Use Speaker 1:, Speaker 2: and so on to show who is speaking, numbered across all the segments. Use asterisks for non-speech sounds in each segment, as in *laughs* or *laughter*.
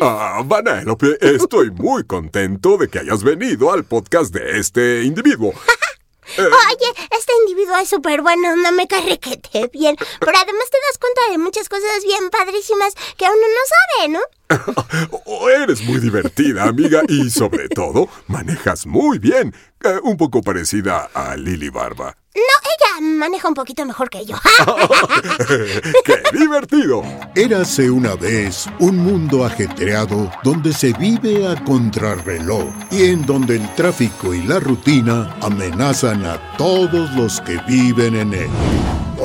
Speaker 1: Ah, Vanellope, estoy muy contento de que hayas venido al podcast de este individuo. *laughs* Eh,
Speaker 2: Oye, este individuo es súper bueno, no me carrequete bien. Pero además te das cuenta de muchas cosas bien padrísimas que uno no sabe, ¿no?
Speaker 1: oh, eres muy divertida, amiga, y sobre todo, manejas muy bien. Eh, un poco parecida a Lily Barba.
Speaker 2: No, ella maneja un poquito mejor que yo. *laughs*
Speaker 1: ¡Qué divertido!
Speaker 3: Érase una vez un mundo ajetreado donde se vive a contrarreloj y en donde el tráfico y la rutina amenazan a todos los que viven en él.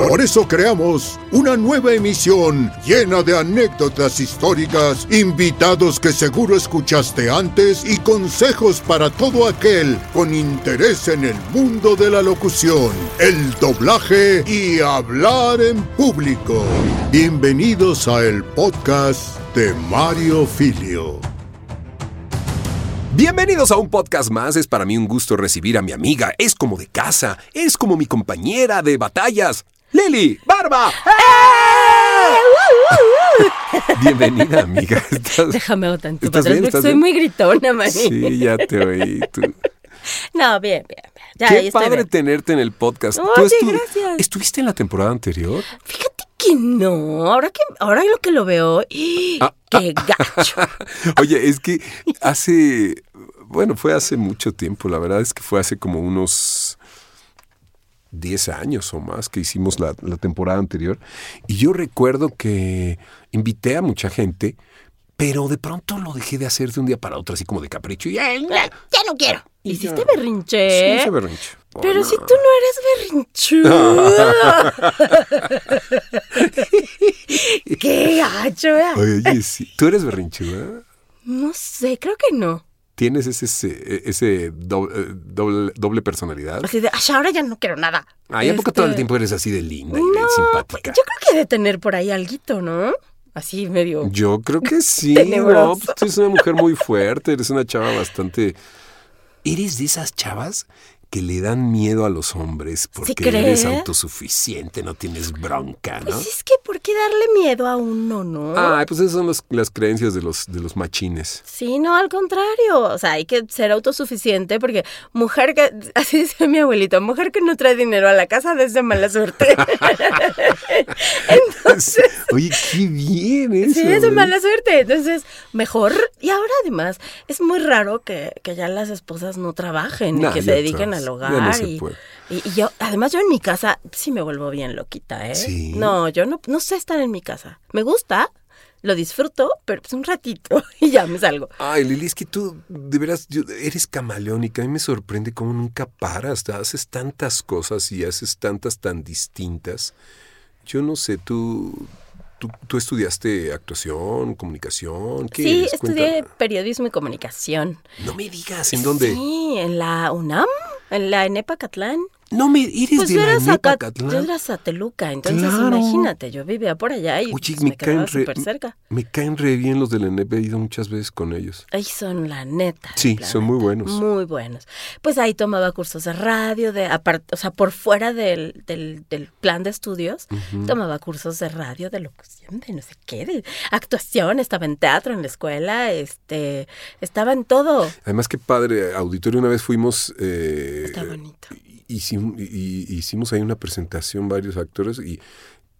Speaker 3: Por eso creamos una nueva emisión llena de anécdotas históricas, invitados que seguro escuchaste antes y consejos para todo aquel con interés en el mundo de la locución, el doblaje y hablar en público. Bienvenidos a el podcast de Mario Filio.
Speaker 1: Bienvenidos a un podcast más. Es para mí un gusto recibir a mi amiga. Es como de casa. Es como mi compañera de batallas. Lili, Barba. Bienvenida, amiga. ¿Estás-
Speaker 4: Déjame hago tantito para
Speaker 1: ¿Estás
Speaker 4: atrás
Speaker 1: bien?
Speaker 4: porque
Speaker 1: ¿Estás
Speaker 4: soy
Speaker 1: bien?
Speaker 4: muy gritona, maní.
Speaker 1: Sí, ya te oí. tú.
Speaker 4: No, bien, bien, bien. Ya, ahí
Speaker 1: Qué
Speaker 4: estoy
Speaker 1: padre
Speaker 4: bien.
Speaker 1: tenerte en el podcast. ¿Tú
Speaker 4: Oye,
Speaker 1: estu-
Speaker 4: gracias.
Speaker 1: ¿Estuviste en la temporada anterior? *laughs*
Speaker 4: Fíjate que no. Ahora que ahora lo que lo veo, ¡qué
Speaker 1: Ah, *laughs*
Speaker 4: gacho!
Speaker 1: Oye, es que hace. Bueno, fue hace mucho tiempo. La verdad es que fue hace como unos 10 años o más que hicimos la, la temporada anterior. Y yo recuerdo que invité a mucha gente, pero de pronto lo dejé de hacer de un día para otro, así como de capricho. Y ¡ay, no!
Speaker 4: ¿Eh?
Speaker 2: Ya ya no quiero.
Speaker 4: Hiciste
Speaker 1: Sí,
Speaker 4: berrinche.
Speaker 1: se berrinche.
Speaker 4: pero
Speaker 1: Bueno,
Speaker 4: si tú
Speaker 1: *laughs*
Speaker 4: no eres berrinchudo. ¡Qué gacho! ¿verdad?
Speaker 1: Oye, sí. Tú eres berrinche, ¿verdad?
Speaker 4: No sé, creo que no.
Speaker 1: Tienes ese, ese, ese do- eh, doble, doble personalidad.
Speaker 4: Así de, "Ay, ahora ya no quiero nada.
Speaker 1: Ay, ¿a poco todo el
Speaker 4: Este,
Speaker 1: tiempo eres así de linda y de
Speaker 4: No, pues,
Speaker 1: simpática?
Speaker 4: yo creo que he de tener por ahí alguito, ¿no? Así medio...
Speaker 1: Yo creo
Speaker 4: *laughs*
Speaker 1: que sí.
Speaker 4: Tenebroso.
Speaker 1: No, pues tú eres una mujer muy fuerte, eres una chava bastante. Eres de esas chavas que le dan miedo a los hombres porque eres
Speaker 4: cree?
Speaker 1: autosuficiente, no tienes bronca, ¿no?
Speaker 4: Pues es que, ¿por qué darle miedo a uno, no?
Speaker 1: Ay, pues esas son los- las creencias de los, de los machines.
Speaker 4: Sí, no, al contrario. O sea, hay que ser autosuficiente porque mujer que, *laughs* así dice mi abuelito, mujer que no trae dinero a la casa desde
Speaker 1: *laughs*
Speaker 4: mala suerte. *laughs* Entonces,
Speaker 1: Oye, qué bien eso.
Speaker 4: sí, es de
Speaker 1: ¿eh?
Speaker 4: mala suerte. Entonces, mejor. Y ahora además, es muy raro que, que ya las esposas no trabajen
Speaker 1: Nah,
Speaker 4: y que
Speaker 1: ya
Speaker 4: se dediquen
Speaker 1: atrás,
Speaker 4: al
Speaker 1: ya
Speaker 4: hogar.
Speaker 1: no se
Speaker 4: y,
Speaker 1: puede.
Speaker 4: y- y yo, además, yo en mi casa sí me vuelvo bien loquita, ¿eh?
Speaker 1: Sí.
Speaker 4: No, yo no, no sé estar en mi casa. Me gusta, lo disfruto, pero pues un ratito *laughs* y ya me salgo.
Speaker 1: Ay, Lili, es que tú, de veras, yo- eres camaleónica. A mí me sorprende cómo nunca paras. te Haces tantas cosas y haces tantas tan distintas. Yo no sé, tú, tú, tú estudiaste actuación, comunicación. ¿Qué
Speaker 4: Sí,
Speaker 1: eres?
Speaker 4: estudié
Speaker 1: Cuéntame.
Speaker 4: periodismo y comunicación.
Speaker 1: No me digas, ¿en dónde?
Speaker 4: Sí, en la UNAM, en la ENEPA Catlán.
Speaker 1: No me. Eres
Speaker 4: Pues
Speaker 1: de
Speaker 4: yo
Speaker 1: la
Speaker 4: era,
Speaker 1: Nepa,
Speaker 4: Zaca-
Speaker 1: Catlán.
Speaker 4: yo era Sateluca, entonces
Speaker 1: Claro.
Speaker 4: imagínate, yo vivía por allá y
Speaker 1: Oye,
Speaker 4: pues,
Speaker 1: me,
Speaker 4: me
Speaker 1: caen
Speaker 4: quedaba
Speaker 1: re,
Speaker 4: súper cerca.
Speaker 1: me caen re bien los del ENEP. He ido muchas veces con ellos.
Speaker 4: Ahí son la neta. del
Speaker 1: Sí,
Speaker 4: planeta,
Speaker 1: son muy buenos.
Speaker 4: Muy buenos. Pues ahí tomaba cursos de radio, de aparte, o sea, por fuera del, del- del plan de estudios, tomaba cursos de radio, de locución, de no sé qué, de actuación, estaba en teatro, en la escuela, este, estaba en todo.
Speaker 1: Además, qué padre. Auditorio, una vez fuimos. eh,
Speaker 4: Está bonito.
Speaker 1: hicim- y- y- hicimos ahí una presentación varios actores y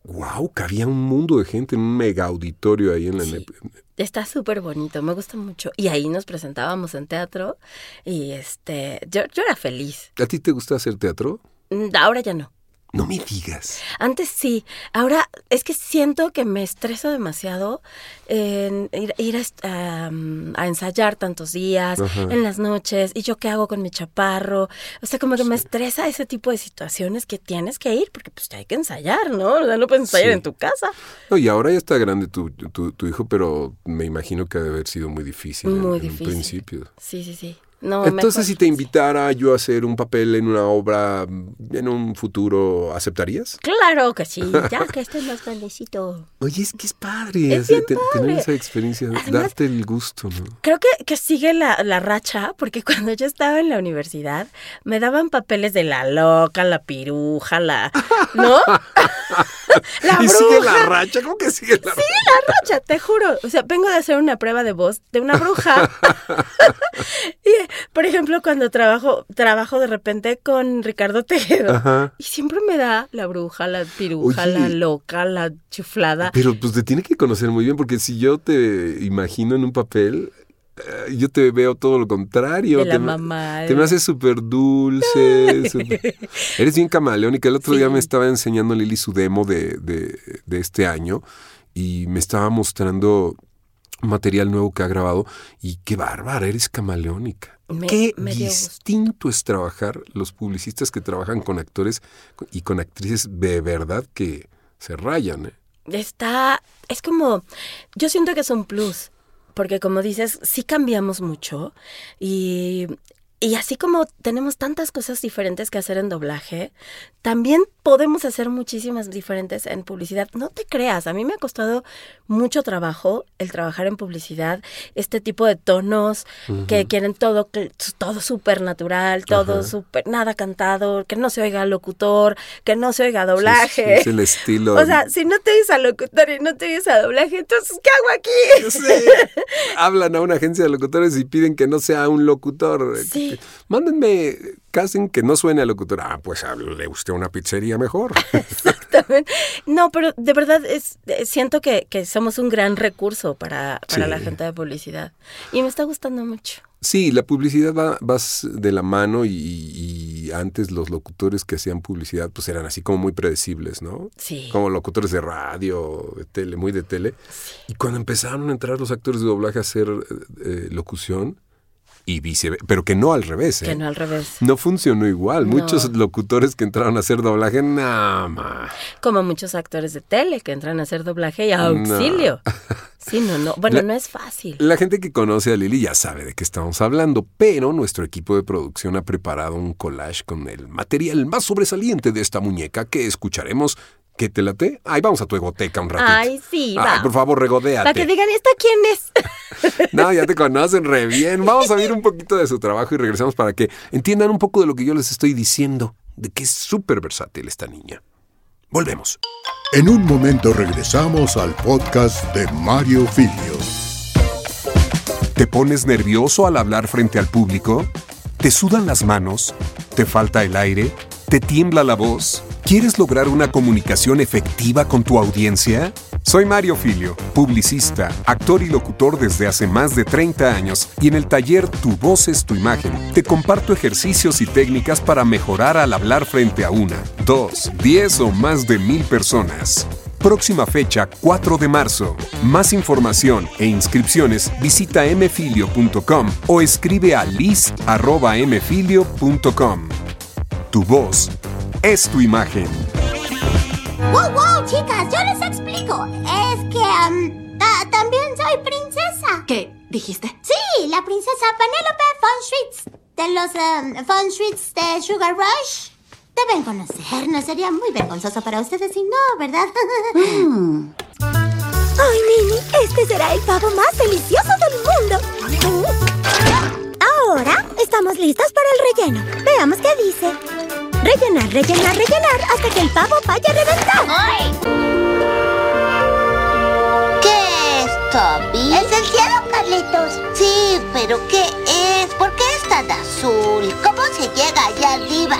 Speaker 1: wow, cabía un mundo de gente en un mega auditorio ahí en la
Speaker 4: Sí.
Speaker 1: NEP.
Speaker 4: Está súper bonito, me gusta mucho. Y ahí nos presentábamos en teatro y este, yo, yo era feliz.
Speaker 1: ¿A ti te gusta hacer teatro?
Speaker 4: Mm, Ahora ya no.
Speaker 1: No me digas.
Speaker 4: Antes sí, ahora es que siento que me estreso demasiado en ir, ir a, est- a, mm, a ensayar tantos días,
Speaker 1: Ajá.
Speaker 4: en las noches, y yo qué hago con mi chaparro. O sea, como que me estresa ese tipo de situaciones que tienes que ir, porque pues te hay que ensayar, ¿no? O sea, no puedes ensayar
Speaker 1: Sí.
Speaker 4: en tu casa.
Speaker 1: No, y ahora ya está grande tu, tu- tu hijo, pero me imagino que ha de haber sido muy difícil en-
Speaker 4: Muy
Speaker 1: en, un
Speaker 4: difícil.
Speaker 1: principio.
Speaker 4: Sí, sí, sí. No, me
Speaker 1: Entonces,
Speaker 4: acuerdo.
Speaker 1: si te invitara yo a hacer un papel en una obra mm, en un futuro, ¿aceptarías?
Speaker 4: Claro que sí,
Speaker 1: *laughs*
Speaker 4: ya que
Speaker 2: Que estés más grandecito.
Speaker 1: Oye, es que es padre,
Speaker 4: Es
Speaker 1: o sea,
Speaker 4: bien
Speaker 1: te- tener
Speaker 4: padre.
Speaker 1: esa experiencia,
Speaker 4: Además-
Speaker 1: darte el gusto, ¿no?
Speaker 4: Creo que, que sigue la, la racha, porque *laughs* cuando yo estaba en la universidad, me daban papeles de la loca, la piruja, la.
Speaker 1: *laughs*
Speaker 4: ¿No? la
Speaker 1: y
Speaker 4: bruja.
Speaker 1: sigue la racha, ¿cómo que sigue la racha?
Speaker 4: Sí, la racha, te juro. O sea, vengo de hacer una prueba de voz de una
Speaker 1: *laughs*
Speaker 4: bruja. y, eh, por ejemplo, cuando trabajo, trabajo de repente con Ricardo Tejedo.
Speaker 1: Ajá.
Speaker 4: Y siempre me da la bruja, la piruja,
Speaker 1: Ah. Oye.
Speaker 4: la loca, la chuflada.
Speaker 1: Pero pues te tiene que conocer muy bien, porque si yo te imagino en un papel, eh, yo te veo todo lo contrario.
Speaker 4: De la
Speaker 1: te, me-
Speaker 4: mamá.
Speaker 1: Te me haces súper dulce. súper- Eres bien camaleónica. El otro día
Speaker 4: Sí.
Speaker 1: me estaba enseñando Lili su demo de, de- de este año y me estaba mostrando material nuevo que ha grabado y qué bárbara, eres camaleónica.
Speaker 4: Me-
Speaker 1: qué
Speaker 4: me dio gusto.
Speaker 1: distinto es trabajar los publicistas que trabajan con actores y con actrices de verdad que se rayan. ¿eh?
Speaker 4: está, es como, yo siento que es un plus, porque como dices, sí cambiamos mucho y, y así como tenemos tantas cosas diferentes que hacer en doblaje, también podemos hacer muchísimas diferentes en publicidad. No te creas, a mí me ha costado mucho trabajo el trabajar en publicidad, este tipo de tonos que quieren todo, cl- todo súper natural, todo súper, nada cantado, que no se oiga locutor, que no se oiga
Speaker 1: Sí,
Speaker 4: doblaje.
Speaker 1: es, es el estilo.
Speaker 4: *laughs* O sea, si no te oyes a locutor y no te oyes a doblaje, entonces, ¿qué hago aquí?
Speaker 1: *laughs*
Speaker 4: *laughs*
Speaker 1: Sí. Hablan a una agencia de locutores y piden que no sea un locutor.
Speaker 4: Sí.
Speaker 1: Mándenme casting que no suene a locutor. Ah, pues háblele usted a una pizzería
Speaker 4: *laughs*
Speaker 1: mejor.
Speaker 4: También- No, pero de verdad es, eh, siento que, que somos un gran recurso para, para
Speaker 1: Sí.
Speaker 4: la gente de publicidad. Y me está gustando mucho.
Speaker 1: sí, la publicidad va vas de la mano y, y antes los locutores que hacían publicidad pues eran así como muy predecibles, ¿no?
Speaker 4: Sí.
Speaker 1: Como locutores de radio, de tele, muy de tele. Y cuando empezaron a entrar los actores de doblaje a hacer eh, locución y viceversa, pero que no al revés, ¿eh?
Speaker 4: Que no al revés.
Speaker 1: No funcionó igual.
Speaker 4: No.
Speaker 1: Muchos locutores que entraron a hacer doblaje, nada más.
Speaker 4: Como muchos actores de tele que entran a hacer doblaje
Speaker 1: *laughs*
Speaker 4: y auxilio. Sí, no, no. Bueno,
Speaker 1: La-
Speaker 4: no es fácil.
Speaker 1: La gente que conoce a Lili ya sabe de qué estamos hablando, pero nuestro equipo de producción ha preparado un collage con el material más sobresaliente de esta muñeca que escucharemos. ¿Qué te late? Ay, vamos a tu egoteca un ratito.
Speaker 4: Ay, sí,
Speaker 1: Ay,
Speaker 4: va.
Speaker 1: por favor,
Speaker 4: Para que
Speaker 1: regodéate.
Speaker 4: digan, ¿esta quién es?
Speaker 1: No, ya te conocen re bien. Vamos a ver un poquito de su trabajo y regresamos para que entiendan un poco de lo que yo les estoy diciendo, de que es súper versátil esta niña. Volvemos.
Speaker 3: En un momento regresamos al podcast de Mario Filio.
Speaker 1: ¿Te pones nervioso al hablar frente al público? ¿Te sudan las manos? ¿Te falta el aire? ¿Te tiembla la voz? ¿Quieres lograr una comunicación efectiva con tu audiencia? Soy Mario Filio, publicista, actor y locutor desde hace más de 30 años y en el taller Tu voz es tu imagen te comparto ejercicios y técnicas para mejorar al hablar frente a una, dos, diez o más de mil personas. Próxima fecha 4 de marzo. Más información e inscripciones visita mfilio.com o escribe a liz.mfilio.com. Tu voz es tu *laughs* imagen.
Speaker 2: ¡Wow, wow, chicas! Yo les explico. Es que am, ta- también soy princesa.
Speaker 5: ¿Qué dijiste?
Speaker 2: Sí, la princesa Penélope von Schwitz. De los am, von Schwitz de Sugar Rush. Deben conocer, no sería muy vergonzoso para ustedes si no, ¿verdad?
Speaker 5: Mm.
Speaker 2: ¡Ay, Mimi! Este será el pavo más delicioso del mundo. Ahora estamos listas para el relleno. Veamos qué dice. Rellenar, rellenar, rellenar hasta que el pavo vaya a reventar.
Speaker 6: ¿Qué es, Toby? Es el cielo, Carlitos. Sí, pero ¿qué es? ¿Por qué es tan azul? ¿Cómo se llega allá arriba?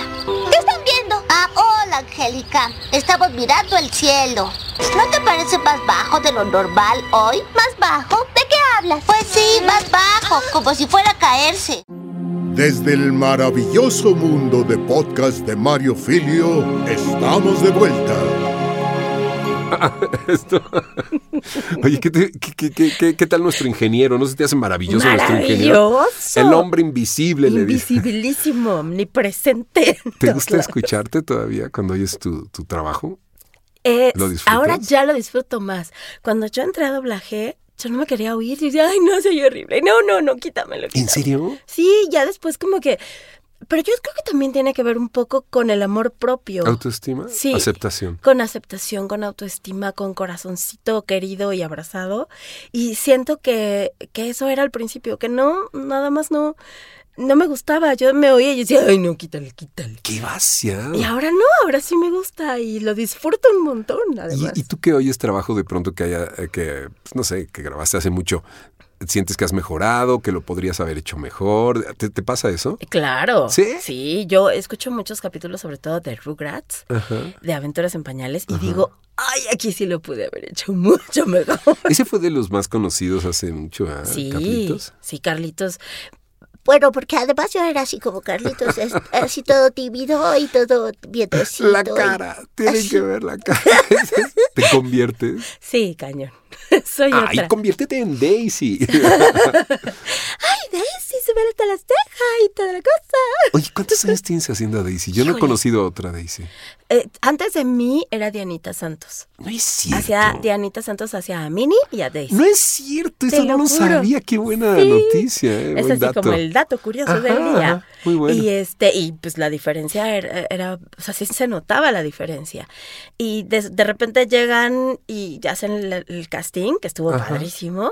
Speaker 6: ¿Qué están viendo? Ah, hola, Angélica. Estamos mirando el cielo. ¿No te parece más bajo de lo normal hoy? ¿Más bajo? ¿De qué hablas? Pues sí, más bajo, como si fuera a caerse.
Speaker 3: Desde el maravilloso mundo de podcast de Mario Filio, estamos de vuelta.
Speaker 1: Oye, ¿qué, te- qué- qué- qué- qué- qué tal nuestro ingeniero? ¿No se te hace maravilloso,
Speaker 4: Maravilloso.
Speaker 1: El hombre invisible, le dice.
Speaker 4: Invisibilísimo, omnipresente. en
Speaker 1: ¿Te
Speaker 4: todos
Speaker 1: gusta
Speaker 4: lados.
Speaker 1: escucharte todavía cuando oyes tu, tu trabajo?
Speaker 4: Eh,
Speaker 1: ¿Lo disfrutas?
Speaker 4: ahora ya lo disfruto más. Cuando yo entré a doblaje, Yo no me quería huir. Y decía, ay, no, soy horrible. No, no, no, quítamelo.
Speaker 1: ¿En
Speaker 4: quítamelo".
Speaker 1: serio?
Speaker 4: Sí, ya después como que... Pero yo creo que también tiene que ver un poco con el amor propio.
Speaker 1: ¿Autoestima?
Speaker 4: Sí.
Speaker 1: Aceptación.
Speaker 4: Con aceptación, con autoestima, con corazoncito querido y abrazado. Y siento que, que eso era al principio, que no, nada más no, no me gustaba. Yo me oía y decía, ay, no, quítale, quítale.
Speaker 1: ¡Qué vaciado!
Speaker 4: Y ahora no, ahora sí me gusta y lo disfruto un montón,
Speaker 1: ¿Y,
Speaker 4: además.
Speaker 1: y tú que oyes trabajo de pronto que haya, eh, que, pues, no sé, que grabaste hace mucho, ¿sientes que has mejorado, que lo podrías haber hecho mejor? ¿Te, te pasa
Speaker 4: *laughs*
Speaker 1: eso?
Speaker 4: Claro.
Speaker 1: ¿Sí?
Speaker 4: Sí, yo escucho muchos capítulos, sobre todo de Rugrats, de Aventuras en Pañales, y digo, ay, aquí sí lo pude haber hecho *laughs* mucho mejor.
Speaker 1: Ese fue de los más conocidos hace mucho, ¿ah,
Speaker 4: Sí,
Speaker 1: Carlitos?
Speaker 4: sí, Carlitos.
Speaker 6: Bueno, porque además yo era así como Carlitos,
Speaker 1: *laughs*
Speaker 6: es- así todo tímido y todo vietecito.
Speaker 1: La
Speaker 6: y-
Speaker 1: cara, tienen que ver
Speaker 4: *laughs*
Speaker 1: la cara. ¿Te conviertes?
Speaker 4: Sí, cañón. *laughs* Soy
Speaker 1: ¡Ay,
Speaker 4: otra.
Speaker 1: conviértete en
Speaker 4: *laughs*
Speaker 1: Daisy!
Speaker 4: Ay, Daisy, se ven hasta las cejas y toda la cosa.
Speaker 1: Oye, ¿cuántos años tienes haciendo a Daisy? Yo no he
Speaker 4: Híjole.
Speaker 1: conocido a otra Daisy.
Speaker 4: Eh, antes de mí era Dianita Santos.
Speaker 1: No es cierto.
Speaker 4: Hacia Dianita Santos hacia a Minnie y a Daisy.
Speaker 1: No es cierto,
Speaker 4: Te
Speaker 1: eso
Speaker 4: lo
Speaker 1: no lo
Speaker 4: juro.
Speaker 1: sabía. Qué buena
Speaker 4: Sí.
Speaker 1: noticia, eh,
Speaker 4: es
Speaker 1: buen
Speaker 4: así
Speaker 1: dato.
Speaker 4: como el dato curioso
Speaker 1: Ajá,
Speaker 4: del
Speaker 1: ajá,
Speaker 4: día.
Speaker 1: muy bueno.
Speaker 4: Y este, y pues la diferencia era, era- o sea, sí se notaba la diferencia. Y de, de repente llegan y hacen el, el casting, que estuvo
Speaker 1: Ajá.
Speaker 4: padrísimo,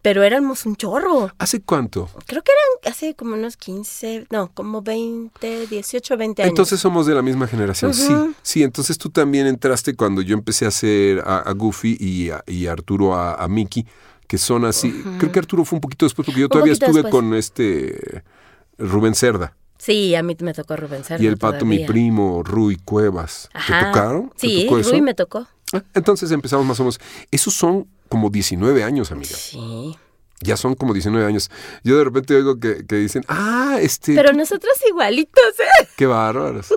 Speaker 4: pero éramos un chorro.
Speaker 1: ¿Hace cuánto?
Speaker 4: Creo que eran hace como unos 15, no, como 20, 18, 20 años.
Speaker 1: Entonces somos de la misma generación, sí.
Speaker 4: Ujú.
Speaker 1: Sí, entonces tú también entraste cuando yo empecé a hacer a, a Goofy y, a, y a Arturo a, a Mickey, que son así. Creo que Arturo fue un poquito después, porque yo
Speaker 4: Un
Speaker 1: todavía
Speaker 4: poquito
Speaker 1: estuve
Speaker 4: después.
Speaker 1: con este Rubén Cerda
Speaker 4: Sí, a mí me tocó Rubén Cerda
Speaker 1: y el pato, mi
Speaker 4: todavía.
Speaker 1: primo, Rui Cuevas. ¿Te
Speaker 4: Ajá.
Speaker 1: tocaron? ¿Te
Speaker 4: Sí,
Speaker 1: tocó eso?
Speaker 4: Rui me tocó.
Speaker 1: Ah, Entonces empezamos más o menos. Esos son como 19 años, amiga.
Speaker 4: Sí.
Speaker 1: Ya son como 19 años. Yo de repente oigo que, que dicen, ah, este,
Speaker 4: Pero nosotros igualitos, ¿eh?
Speaker 1: qué bárbaros.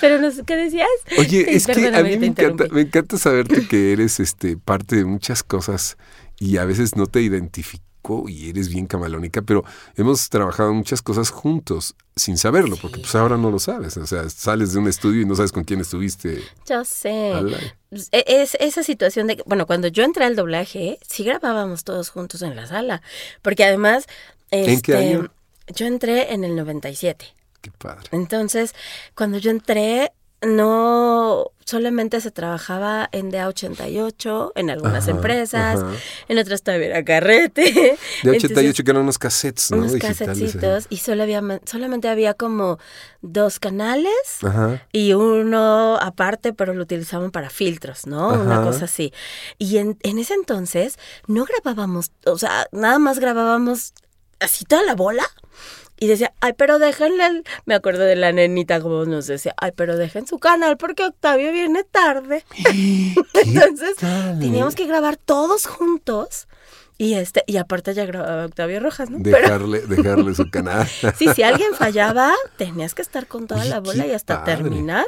Speaker 4: Pero nos, ¿qué decías?
Speaker 1: Oye,
Speaker 4: *laughs* Sí,
Speaker 1: es que a
Speaker 4: perdóname,
Speaker 1: mí
Speaker 4: te
Speaker 1: me encanta,
Speaker 4: interrumpí.
Speaker 1: me encanta
Speaker 4: *laughs*
Speaker 1: saberte que eres este, parte de muchas cosas y a veces no te identifico y eres bien camalónica, pero hemos trabajado muchas cosas juntos sin saberlo, porque pues ahora no lo sabes. O sea, sales de un estudio y no sabes con quién estuviste.
Speaker 4: Yo sé.
Speaker 1: Ala.
Speaker 4: Pues, e- Es esa situación de que, bueno, cuando yo entré al doblaje, sí grabábamos todos juntos en la sala. Porque además.
Speaker 1: ¿En qué
Speaker 4: este,
Speaker 1: año?
Speaker 4: Yo entré en el 97.
Speaker 1: Qué padre.
Speaker 4: Entonces, cuando yo entré, no solamente se trabajaba en DA88, en algunas
Speaker 1: Ajá,
Speaker 4: empresas,
Speaker 1: ajá.
Speaker 4: en otras todavía era carrete.
Speaker 1: *laughs* De
Speaker 4: Entonces,
Speaker 1: 88 que eran unos cassettes, ¿no?
Speaker 4: unos
Speaker 1: Digitales, ajá.
Speaker 4: casetitos y solo había, ma- solamente había como dos canales
Speaker 1: Ajá.
Speaker 4: y uno aparte, pero lo utilizaban para filtros, ¿no? Una
Speaker 1: Ajá.
Speaker 4: cosa así. Y en, en ese entonces no grabábamos, o sea, nada más grabábamos así toda la bola. Y decía, ay, pero déjenle, el-". me acuerdo de la nenita como nos decía, ay, pero dejen su canal porque Octavio
Speaker 1: *gasps*
Speaker 4: viene tarde. Entonces teníamos que grabar todos juntos y este, y aparte ya grababa Octavio Rojas, ¿no? Pero
Speaker 1: Dejarle, dejarle su
Speaker 4: *laughs*
Speaker 1: canal.
Speaker 4: sí, si alguien fallaba, tenías que estar con toda
Speaker 1: Oye,
Speaker 4: la bola
Speaker 1: qué
Speaker 4: y hasta
Speaker 1: padre.
Speaker 4: terminar.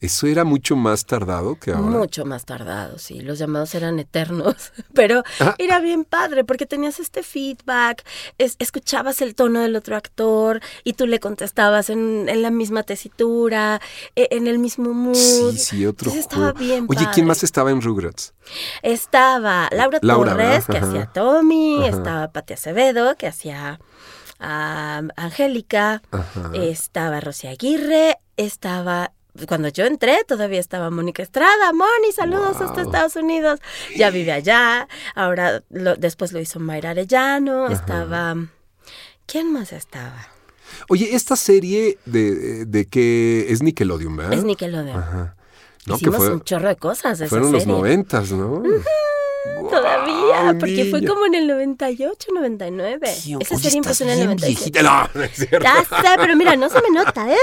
Speaker 1: Eso era mucho más tardado que ahora.
Speaker 4: Mucho más tardado, sí. Los llamados eran eternos, *laughs* pero
Speaker 1: Ah.
Speaker 4: era bien padre porque tenías este feedback, es- escuchabas el tono del otro actor y tú le contestabas en, en la misma tesitura, e- en el mismo mood.
Speaker 1: Sí, sí, otro
Speaker 4: Entonces
Speaker 1: juego.
Speaker 4: estaba bien
Speaker 1: Oye,
Speaker 4: padre.
Speaker 1: ¿quién más estaba en Rugrats?
Speaker 4: Estaba Laura,
Speaker 1: Laura,
Speaker 4: Torres,
Speaker 1: ¿verdad?
Speaker 4: que
Speaker 1: Ajá.
Speaker 4: hacía Tommy, estaba Pati Acevedo, que hacía a Angélica,
Speaker 1: Ajá.
Speaker 4: estaba Rosy Aguirre, estaba... Cuando yo entré todavía estaba Mónica Estrada. Moni, saludos hasta
Speaker 1: Wow.
Speaker 4: Estados Unidos. Ya vive allá. Ahora, lo- después lo hizo Mayra Arellano. Estaba... ¿Quién más estaba?
Speaker 1: Oye, esta serie de, de que es Nickelodeon, ¿verdad?
Speaker 4: Es Nickelodeon.
Speaker 1: ¿Ah? Ajá. No, que
Speaker 4: Hicimos
Speaker 1: fue-
Speaker 4: un chorro de cosas de esa
Speaker 1: fueron los
Speaker 4: serie.
Speaker 1: noventas, ¿no?
Speaker 4: Todavía,
Speaker 1: Guau,
Speaker 4: porque fue
Speaker 1: niña.
Speaker 4: como en el 98, 99.
Speaker 1: Tío,
Speaker 4: Esa
Speaker 1: oye,
Speaker 4: serie
Speaker 1: estás
Speaker 4: empezó en el
Speaker 1: bien
Speaker 4: 97.
Speaker 1: viejita. No, no es cierto.
Speaker 4: Ya sé, pero mira, no se me nota, ¿eh?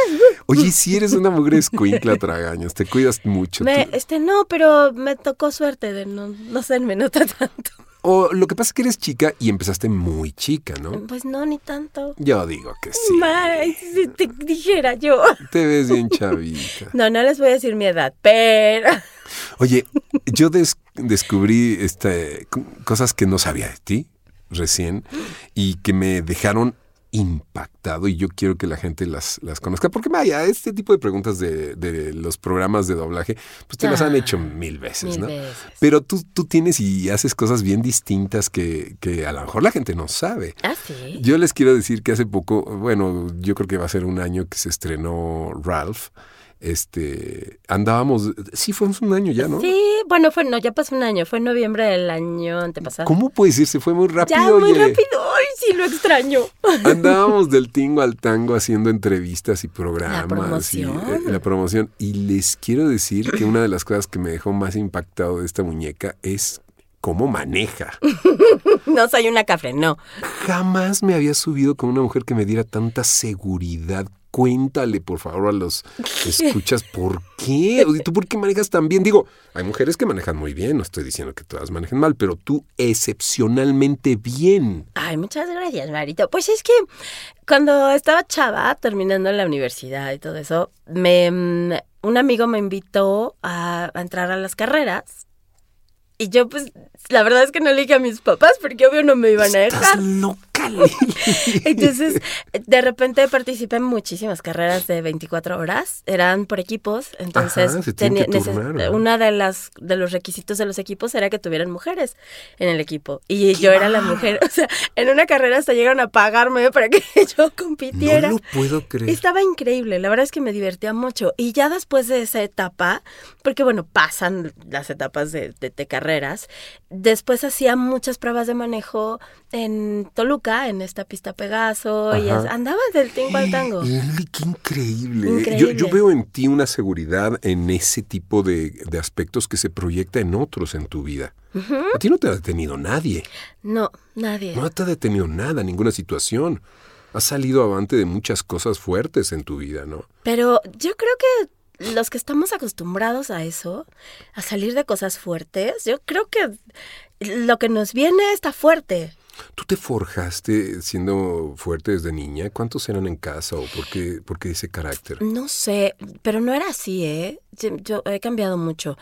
Speaker 1: Oye, si eres una mugre escuincla, tragañas, te cuidas mucho.
Speaker 4: Me-
Speaker 1: tú.
Speaker 4: este, no, pero me tocó suerte de no, no se me nota *laughs* tanto.
Speaker 1: O lo que pasa es que eres chica y empezaste muy chica, ¿no?
Speaker 4: Pues no, ni tanto.
Speaker 1: Yo digo que sí.
Speaker 4: Ay, si te dijera yo.
Speaker 1: Te ves
Speaker 4: *laughs*
Speaker 1: bien chavita.
Speaker 4: No, no les voy a decir mi edad, pero...
Speaker 1: Oye, yo des- descubrí este, c- cosas que no sabía de ti recién y que me dejaron impactado y yo quiero que la gente las, las conozca. Porque vaya, este tipo de preguntas de, de los programas de doblaje, pues te las han
Speaker 4: Ah,
Speaker 1: hecho mil veces,
Speaker 4: mil
Speaker 1: ¿no?
Speaker 4: veces.
Speaker 1: Pero tú, tú tienes y haces cosas bien distintas que, que a lo mejor la gente no sabe.
Speaker 4: Ah, sí.
Speaker 1: Yo les quiero decir que hace poco, bueno, yo creo que va a ser un año que se estrenó Ralph. Este, andábamos, sí, fue un año ya, ¿no?
Speaker 4: Sí, bueno, fue, no, ya pasó un año, fue en noviembre del año antepasado.
Speaker 1: ¿Cómo puede decirse? Fue muy rápido.
Speaker 4: Ya, muy
Speaker 1: oye.
Speaker 4: rápido, ay, sí,
Speaker 1: *laughs*
Speaker 4: lo extraño.
Speaker 1: Andábamos del tingo al tango haciendo entrevistas y programas y eh,
Speaker 4: promoción.
Speaker 1: la promoción. Y les quiero decir que una de las cosas que me dejó más impactado de esta muñeca es cómo maneja.
Speaker 4: No soy una cafre, no.
Speaker 1: Jamás me había subido con una mujer que me diera tanta seguridad. Cuéntale, por favor, a los que escuchas, ¿por qué? O sea, ¿Tú por qué manejas tan bien? Digo, hay mujeres que manejan muy bien, no estoy diciendo que todas manejen mal, pero tú excepcionalmente bien.
Speaker 4: Ay, muchas gracias, Marito. Pues es que cuando estaba chava, terminando en la universidad y todo eso, me, mm, un amigo me invitó a, a entrar a las carreras. Y yo, pues, la verdad es que no le dije a mis papás porque obvio no me iban a dejar.
Speaker 1: Estás
Speaker 4: *laughs*
Speaker 1: loca, Lili.
Speaker 4: Entonces, de repente participé en muchísimas carreras de 24 horas, eran por equipos, entonces
Speaker 1: Ajá, se tienen que
Speaker 4: tenía- neces-
Speaker 1: turnar, ¿verdad?
Speaker 4: una de las de los requisitos de los equipos era que tuvieran mujeres en el equipo y yo era la mujer, *laughs* o sea, en una carrera hasta llegaron a pagarme para que *laughs* yo compitiera.
Speaker 1: No lo puedo creer.
Speaker 4: Estaba increíble, la verdad es que me divertía mucho. Y ya después de esa etapa, porque bueno, pasan las etapas de, de- de carreras, después hacía muchas pruebas de manejo en Toluca, en esta pista Pegaso, y
Speaker 1: Ajá.
Speaker 4: es- andaba del tingo al tango.
Speaker 1: Lili, qué increíble.
Speaker 4: Increíble.
Speaker 1: Yo, yo veo en ti una seguridad en ese tipo de, de aspectos que se proyecta en otros en tu vida. A ti no te ha detenido nadie.
Speaker 4: No, nadie.
Speaker 1: No te ha detenido nada, ninguna situación. Has salido avante de muchas cosas fuertes en tu vida, ¿no?
Speaker 4: Pero yo creo que los que estamos acostumbrados a eso, a salir de cosas fuertes, yo creo que lo que nos viene está fuerte.
Speaker 1: ¿Tú te forjaste siendo fuerte desde niña? ¿Cuántos eran en casa o por qué, por qué ese carácter?
Speaker 4: No sé, pero no era así, ¿eh? Yo, yo he cambiado mucho.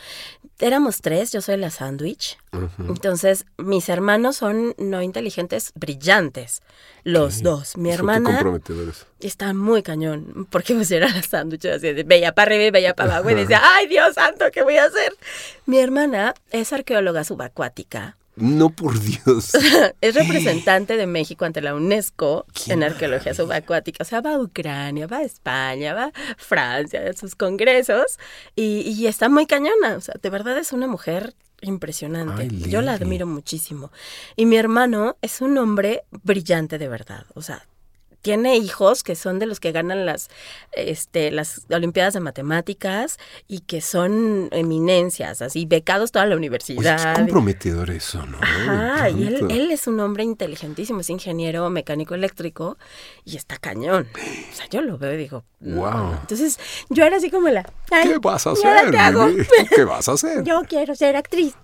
Speaker 4: Éramos tres, yo soy la sándwich. Entonces, mis hermanos son no inteligentes, brillantes. Los dos. Mi
Speaker 1: Eso, Qué
Speaker 4: hermana
Speaker 1: comprometedores.
Speaker 4: está muy cañón, porque pues era la sándwich, así de bella para arriba y bella para abajo, y decía, ¡ay, Dios santo, qué voy a hacer! Mi hermana es arqueóloga subacuática.
Speaker 1: No, por Dios.
Speaker 4: *laughs* Es representante de México ante la UNESCO
Speaker 1: ¡Qué
Speaker 4: en arqueología subacuática. O sea, va a Ucrania, va a España, va a Francia, a sus congresos. Y, y está muy cañona. O sea, de verdad es una mujer impresionante.
Speaker 1: Ay,
Speaker 4: Yo la
Speaker 1: Lili.
Speaker 4: admiro muchísimo. Y mi hermano es un hombre brillante de verdad. O sea, tiene hijos que son de los que ganan las, este, las Olimpiadas de Matemáticas y que son eminencias, así becados toda
Speaker 1: Oye,
Speaker 4: la
Speaker 1: qué
Speaker 4: universidad. y-
Speaker 1: comprometedor eso, ¿no?
Speaker 4: Ajá, y él,
Speaker 1: Tanto.
Speaker 4: él es un hombre inteligentísimo, es ingeniero mecánico eléctrico y está cañón. O sea, yo lo veo y digo, no.
Speaker 1: Guau.
Speaker 4: Entonces, yo era así como la. "Ay,
Speaker 1: ¿Qué vas a
Speaker 4: ¿y ahora
Speaker 1: hacer?
Speaker 4: qué hago?
Speaker 1: Lili?
Speaker 4: *laughs*
Speaker 1: ¿Qué vas a hacer?
Speaker 2: Yo quiero ser actriz.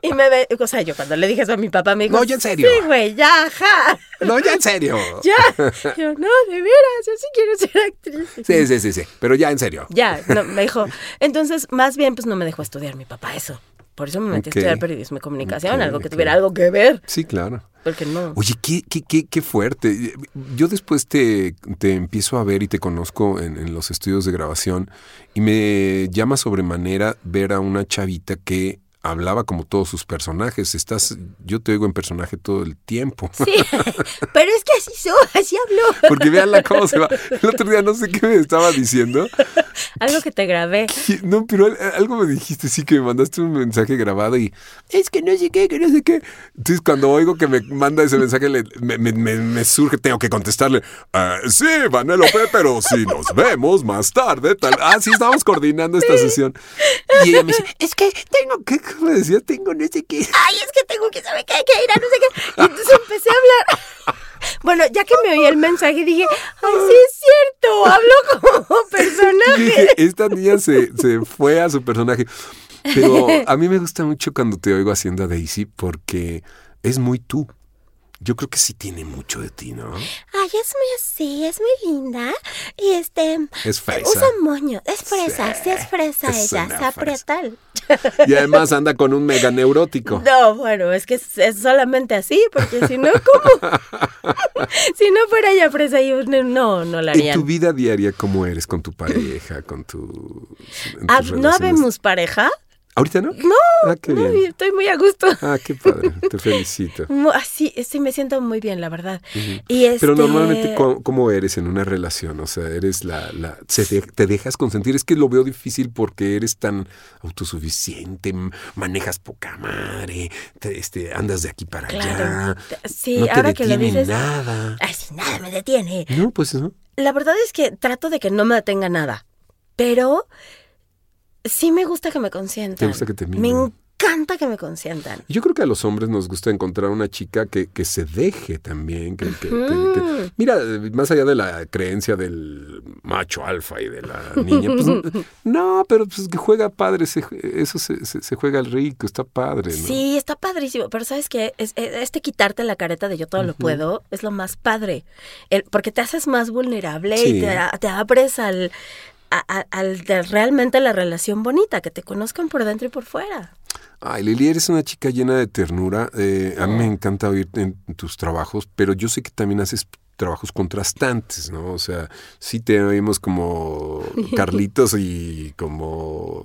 Speaker 4: y me ve, o sea, yo cuando le dije eso a mi papá me dijo,
Speaker 1: No, ya en serio.
Speaker 4: Sí, güey, ya, ajá. *laughs*
Speaker 1: No, ya en serio.
Speaker 4: Ya. Yo, no, de veras, yo sí quiero ser actriz.
Speaker 1: Sí, sí, sí, sí. Pero ya en serio.
Speaker 4: Ya, no, me dijo. Entonces, más bien, pues no me dejó estudiar mi papá eso. Por eso me metí
Speaker 1: Ok.
Speaker 4: a estudiar periodismo y comunicación,
Speaker 1: Ok,
Speaker 4: algo que
Speaker 1: ok.
Speaker 4: tuviera algo que ver.
Speaker 1: Sí, claro.
Speaker 4: Porque no.
Speaker 1: Oye, qué, qué, qué, qué fuerte. Yo después te, te empiezo a ver y te conozco en, en los estudios de grabación y me llama sobremanera ver a una chavita que hablaba como todos sus personajes. Estás, yo te oigo en personaje todo el tiempo. *laughs*
Speaker 4: Sí, *laughs* pero es que así soy, así hablo.
Speaker 1: Porque veanla cómo se va. El otro día no sé qué me estaba diciendo.
Speaker 4: Algo que te grabé.
Speaker 1: Sí, No, pero al- algo me dijiste, sí, que me mandaste un mensaje grabado y es que no sé qué, que no sé qué. Entonces, cuando oigo que me manda ese mensaje, le- me, me- me- me surge, tengo que contestarle, "Ah, sí, Vanellope, pero si nos vemos más tarde, tal. Ah, sí, estábamos coordinando esta sesión. Y ella me dice, es que tengo que, ¿cómo me decía? Tengo no sé qué.
Speaker 4: Ay, es que tengo que saber qué hay que ir a no sé qué. Y entonces empecé a hablar. *laughs* Bueno, ya que me oí el mensaje, dije, ay, sí es cierto, hablo como
Speaker 1: *laughs*
Speaker 4: *laughs*
Speaker 1: Y
Speaker 4: personaje.
Speaker 1: dije, esta niña se, se fue a su personaje. Pero a mí me gusta mucho cuando te oigo haciendo a Daisy porque es muy tú. Yo creo que sí tiene mucho de ti, ¿no?
Speaker 2: Ay, es muy así, es muy linda. Y este.
Speaker 1: Es fresa.
Speaker 2: Usa moño. Es fresa,
Speaker 1: Sí,
Speaker 2: sí, es fresa
Speaker 1: es
Speaker 2: ella.
Speaker 1: una
Speaker 2: Se aprieta. el-
Speaker 1: Y además anda con un mega neurótico.
Speaker 4: No, bueno, es que es, es solamente así, porque si no, ¿cómo? *laughs* si no fuera ya fresa, yo no, no, no la
Speaker 1: En tu
Speaker 4: harían.
Speaker 1: vida diaria, ¿cómo eres con tu pareja, con tu... en
Speaker 4: Ah,
Speaker 1: tus
Speaker 4: ¿No
Speaker 1: relaciones?
Speaker 4: habemos pareja?
Speaker 1: ¿Ahorita no?
Speaker 4: No,
Speaker 1: Ah, qué
Speaker 4: no,
Speaker 1: bien.
Speaker 4: estoy muy a gusto.
Speaker 1: Ah, qué padre. Te felicito.
Speaker 4: Mu- Así, sí, me siento muy bien, la verdad. y este...
Speaker 1: Pero normalmente, ¿cómo, cómo eres en una relación? O sea, eres la... la se de- ¿Te dejas consentir? Es que lo veo difícil porque eres tan autosuficiente, m- manejas poca madre, te- este, andas de aquí para
Speaker 4: Claro.
Speaker 1: allá.
Speaker 4: Sí,
Speaker 1: no te
Speaker 4: ahora que lo
Speaker 1: detiene
Speaker 4: dices-
Speaker 1: nada.
Speaker 4: Ay, sí, nada me detiene.
Speaker 1: No, pues no.
Speaker 4: La verdad es que trato de que no me detenga nada, pero sí me gusta que me consientan.
Speaker 1: Te gusta que te
Speaker 4: Me
Speaker 1: mimen.
Speaker 4: encanta que me consientan.
Speaker 1: Yo creo que a los hombres nos gusta encontrar una chica que, que se deje también. Que, que- que-
Speaker 4: Ujú.
Speaker 1: que- mira, más allá de la creencia del macho alfa y de la niña,
Speaker 4: *laughs*
Speaker 1: pues no, pero pues que juega padre, se- eso se, se- se juega al rico, está padre, ¿no?
Speaker 4: Sí, está padrísimo, pero sabes que este quitarte la careta de yo todo lo puedo es lo más padre, El- porque te haces más vulnerable
Speaker 1: Sí.
Speaker 4: y te, a- te abres al, a- a- al de realmente la relación bonita, que te conozcan por dentro y por fuera.
Speaker 1: Ay, Lili, eres una chica llena de ternura. eh, a mí
Speaker 4: Ah.
Speaker 1: me encanta oír en tus trabajos, pero yo sé que también haces trabajos contrastantes, ¿no? O sea, sí te oímos
Speaker 4: *laughs*
Speaker 1: como Carlitos y como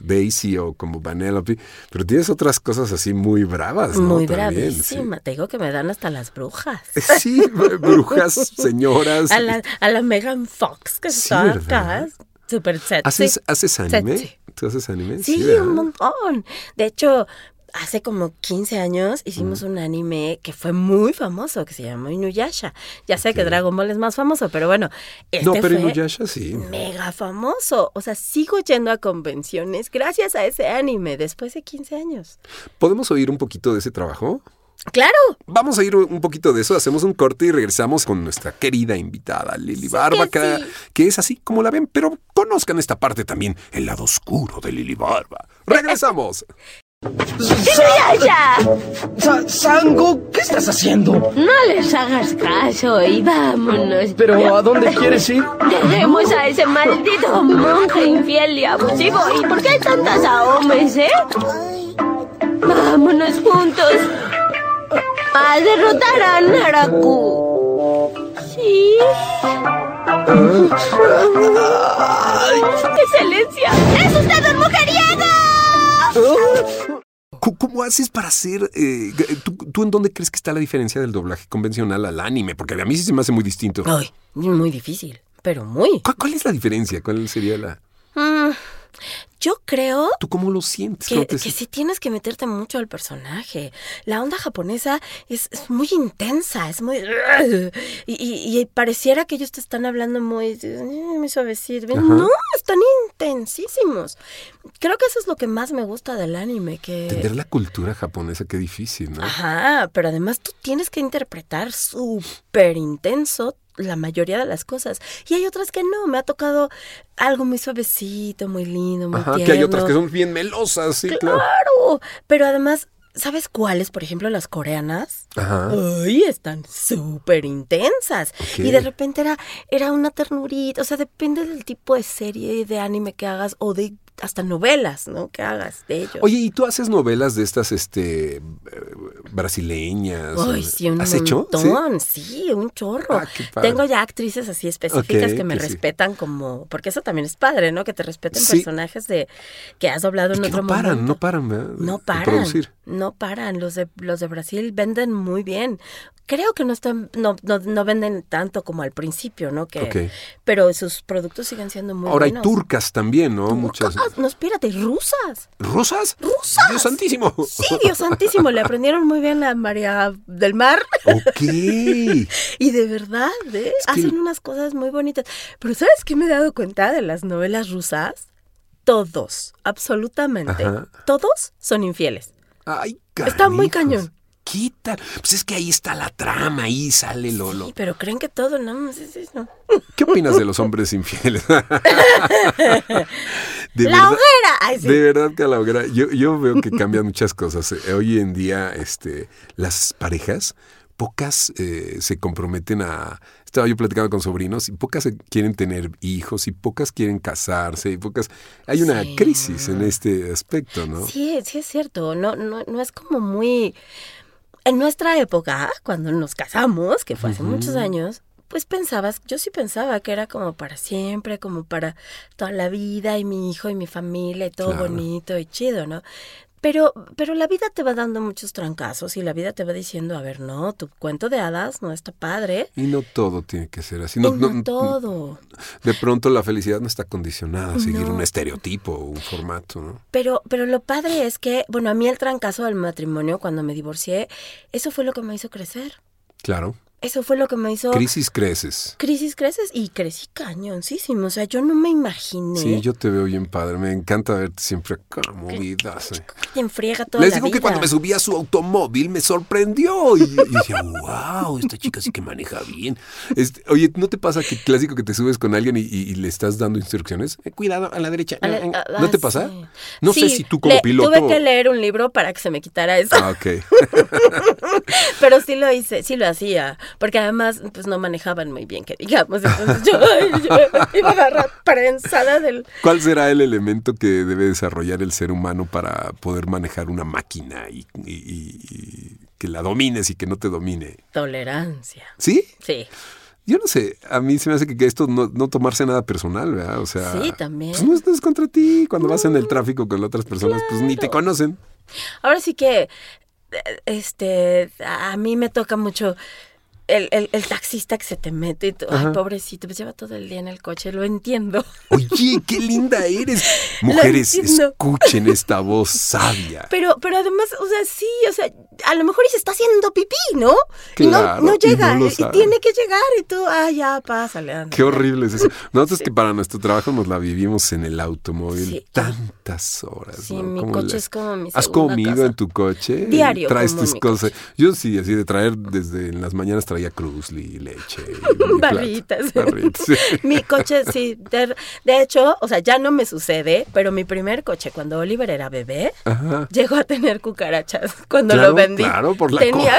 Speaker 1: Daisy o como Vanellope, pero tienes otras cosas así muy bravas, Pues ¿no?
Speaker 4: Muy
Speaker 1: También,
Speaker 4: bravísima, te digo que me dan hasta las brujas.
Speaker 1: Sí, Sí,
Speaker 4: *laughs*
Speaker 1: brujas, señoras.
Speaker 4: A la, a la Megan Fox que
Speaker 1: Sí,
Speaker 4: está
Speaker 1: ¿verdad?
Speaker 4: acá, súper sexy.
Speaker 1: ¿Haces, ¿Haces anime?
Speaker 4: Sí.
Speaker 1: ¿Tú haces anime?
Speaker 4: Sí,
Speaker 1: ¿verdad?
Speaker 4: un montón. De hecho, hace como 15 años hicimos un anime que fue muy famoso, que se llamó Inuyasha. Ya sé que Dragon Ball es más famoso, pero bueno, este
Speaker 1: No, pero
Speaker 4: fue
Speaker 1: Inuyasha sí.
Speaker 4: mega famoso. O sea, sigo yendo a convenciones gracias a ese anime después de 15 años.
Speaker 1: ¿Podemos oír un poquito de ese trabajo?
Speaker 4: ¡Claro!
Speaker 1: Vamos a ir un poquito de eso, hacemos un corte y regresamos con nuestra querida invitada Lili Barba,
Speaker 4: sí.
Speaker 1: que es así como la ven, pero conozcan esta parte también, el lado oscuro de Lili Barba.
Speaker 4: *laughs*
Speaker 1: Regresamos.
Speaker 5: Sa- Sango, ¿qué estás haciendo?
Speaker 7: No les hagas caso y vámonos.
Speaker 5: ¿Pero a dónde quieres ir?
Speaker 7: Dejemos a ese maldito monje infiel y abusivo. ¿Y por qué hay tantas ahomes, eh? Vámonos juntos a derrotar a Naraku. Sí. ¡Excelencia! ¡Es usted un mujeriego!
Speaker 1: ¿Cómo, cómo haces para hacer... eh, ¿tú, tú en dónde crees que está la diferencia del doblaje convencional al anime? Porque a mí sí se me hace muy distinto.
Speaker 4: Ay, muy difícil, pero muy.
Speaker 1: ¿Cuál, cuál es la diferencia? ¿Cuál sería la...?
Speaker 4: Mm, yo creo
Speaker 1: ¿Tú cómo lo sientes?
Speaker 4: Que,
Speaker 1: ¿Cómo
Speaker 4: que
Speaker 1: te-
Speaker 4: sí tienes que meterte mucho al personaje. La onda japonesa es, es muy intensa, es muy... Y, y- y pareciera que ellos te están hablando muy, muy suavecito. No, están intensísimos. Creo que eso es lo que más me gusta del anime, que...
Speaker 1: Entender la cultura japonesa, qué difícil, ¿no?
Speaker 4: Ajá, pero además tú tienes que interpretar súper intenso la mayoría de las cosas. Y hay otras que no, me ha tocado algo muy suavecito, muy lindo, muy
Speaker 1: Ajá, que hay otras
Speaker 4: tierno.
Speaker 1: que son bien melosas, sí, claro.
Speaker 4: Claro, pero además, ¿sabes cuáles? Por ejemplo, las coreanas.
Speaker 1: Ajá.
Speaker 4: Ay, están súper intensas.
Speaker 1: Ah. Ok.
Speaker 4: Y de repente era, era una ternurita. O sea, depende del tipo de serie y de anime que hagas o de hasta novelas, ¿no? Que hagas de ellos.
Speaker 1: Oye, ¿y tú haces novelas de estas este eh, brasileñas?
Speaker 4: Ay, sí, un
Speaker 1: ¿Has hecho? ¿Sí?
Speaker 4: montón, sí, un chorro.
Speaker 1: Ah, qué padre.
Speaker 4: Tengo ya actrices así específicas
Speaker 1: Ok,
Speaker 4: que me
Speaker 1: que sí.
Speaker 4: respetan como, porque eso también es padre, ¿no? Que te respeten
Speaker 1: Sí.
Speaker 4: personajes de que has doblado
Speaker 1: Y
Speaker 4: en
Speaker 1: que
Speaker 4: otro
Speaker 1: no paran,
Speaker 4: momento.
Speaker 1: no paran, ¿verdad? De-
Speaker 4: No
Speaker 1: de
Speaker 4: paran.
Speaker 1: producir.
Speaker 4: No paran. Los de, los de Brasil venden muy bien. Creo que no están, no, no, no venden tanto como al principio, ¿no? Que,
Speaker 1: Ok.
Speaker 4: Pero sus productos siguen siendo muy
Speaker 1: Ahora
Speaker 4: buenos.
Speaker 1: hay turcas también, ¿no? Muchas.
Speaker 4: Turcas, No, espérate, rusas.
Speaker 1: ¿Rusas?
Speaker 4: ¡Rusas!
Speaker 1: ¡Dios santísimo!
Speaker 4: Sí, Dios santísimo, le aprendieron muy bien a María del Mar.
Speaker 1: *laughs* ok.
Speaker 4: Y de verdad,
Speaker 1: que-
Speaker 4: ¿eh? hacen unas cosas muy bonitas. Pero ¿sabes qué me he dado cuenta de las novelas rusas? Todos, absolutamente,
Speaker 1: Ajá.
Speaker 4: todos son infieles.
Speaker 1: Ay,
Speaker 4: Está muy
Speaker 1: canijos.
Speaker 4: cañón.
Speaker 1: ¿Qué tal? Pues es que ahí está la trama, ahí sale Lolo.
Speaker 4: Sí, pero creen que todo, no, no sé si- no.
Speaker 1: ¿Qué opinas de los hombres infieles? *laughs* De
Speaker 4: ¡La
Speaker 1: verdad-
Speaker 4: hoguera! Ay, *laughs* sí.
Speaker 1: De verdad que a la
Speaker 4: *laughs*
Speaker 1: hoguera, yo, yo veo que cambian muchas cosas. Eh, Hoy en día, este, las parejas pocas eh, se comprometen a... Estaba yo platicando con sobrinos y pocas quieren tener hijos y pocas quieren casarse y pocas... Hay una
Speaker 4: Sí.
Speaker 1: crisis en este aspecto, ¿no?
Speaker 4: Sí, sí es cierto. No, no, no es como muy. En nuestra época, cuando nos casamos, que fue hace muchos años, pues pensabas, yo sí pensaba que era como para siempre, como para toda la vida, y mi hijo y mi familia, y todo
Speaker 1: Claro.
Speaker 4: bonito y chido, ¿no? Pero, pero la vida te va dando muchos trancazos y la vida te va diciendo, a ver, no, tu cuento de hadas no está padre.
Speaker 1: Y no todo tiene que ser así.
Speaker 4: Y
Speaker 1: No,
Speaker 4: No,
Speaker 1: no-
Speaker 4: todo.
Speaker 1: De pronto la felicidad no está condicionada a seguir
Speaker 4: No.
Speaker 1: un estereotipo o un formato, ¿no?
Speaker 4: Pero, pero lo padre es que, bueno, a mí el trancazo del matrimonio cuando me divorcié, eso fue lo que me hizo crecer.
Speaker 1: Claro.
Speaker 4: Eso fue lo que me hizo
Speaker 1: Crisis creces.
Speaker 4: crisis creces y crecí cañoncísimo. O sea, yo no me imaginé
Speaker 1: Sí, yo te veo bien padre. Me encanta verte siempre acá, movidas. eh.
Speaker 4: que te enfriega toda
Speaker 1: Les
Speaker 4: la
Speaker 1: digo que
Speaker 4: vida.
Speaker 1: cuando me subí a su automóvil me sorprendió. Y, y decía, wow, esta chica sí que maneja bien. Este, oye, ¿no te pasa que clásico que te subes con alguien y, y- y le estás dando instrucciones? Eh, cuidado, a la derecha.
Speaker 4: A la-
Speaker 1: Eh,
Speaker 4: a-
Speaker 1: ¿No
Speaker 4: ah,
Speaker 1: te pasa?
Speaker 4: sí.
Speaker 1: No sé
Speaker 4: Sí,
Speaker 1: si tú como
Speaker 4: le-
Speaker 1: piloto...
Speaker 4: Tuve que leer un libro para que se me quitara eso,
Speaker 1: Ah, ok. *laughs*
Speaker 4: pero sí lo hice, sí lo hacía, porque además pues no manejaban muy bien, que digamos, entonces yo, *laughs* ay, yo iba a agarrar prensada del...
Speaker 1: ¿Cuál será el elemento que debe desarrollar el ser humano para poder manejar una máquina y, y- y- y que la domines y que no te domine?
Speaker 4: Tolerancia.
Speaker 1: ¿Sí?
Speaker 4: Sí,
Speaker 1: Yo no sé, a mí se me hace que que esto no, no tomarse nada personal, ¿verdad? O sea,
Speaker 4: Sí, también.
Speaker 1: Pues no estás contra ti cuando vas en el tráfico con otras personas, pues ni te conocen.
Speaker 4: ahora sí que, eh, este, a mí me toca mucho... El, el- el taxista que se te mete y tú, ay, pobrecito, pues lleva todo el día en el coche, lo entiendo. *laughs*
Speaker 1: Oye, qué linda eres.
Speaker 4: Lo
Speaker 1: Mujeres,
Speaker 4: entiendo.
Speaker 1: escuchen esta voz sabia.
Speaker 4: *laughs* Pero, pero además, o sea, sí, o sea, a lo mejor y se está haciendo pipí, ¿no?
Speaker 1: Claro,
Speaker 4: y no, no
Speaker 1: y
Speaker 4: llega,
Speaker 1: no lo
Speaker 4: y,
Speaker 1: sabe.
Speaker 4: tiene que llegar, y tú, ah, ya, pásale, anda.
Speaker 1: Qué horrible es
Speaker 4: *laughs*
Speaker 1: eso. Nosotros que para nuestro trabajo nos la vivimos en el automóvil
Speaker 4: Sí.
Speaker 1: tantas horas.
Speaker 4: Sí,
Speaker 1: ¿no?
Speaker 4: mi
Speaker 1: ¿Cómo
Speaker 4: coche es como mi
Speaker 1: ¿Has
Speaker 4: segunda
Speaker 1: comido
Speaker 4: casa.
Speaker 1: en tu coche?
Speaker 4: Diario
Speaker 1: Traes
Speaker 4: como
Speaker 1: tus
Speaker 4: en mi
Speaker 1: cosas. Yo sí, así de traer desde en las mañanas traía cruzli, leche. y plato.
Speaker 4: *laughs* Barritas.
Speaker 1: *laughs* Barritas,
Speaker 4: *laughs*
Speaker 1: sí.
Speaker 4: Mi coche, sí. De, de hecho, o sea, ya no me sucede, pero mi primer coche, cuando Oliver era bebé,
Speaker 1: Ajá.
Speaker 4: llegó a tener cucarachas cuando
Speaker 1: Claro,
Speaker 4: lo vendí.
Speaker 1: claro, por la
Speaker 4: Tenía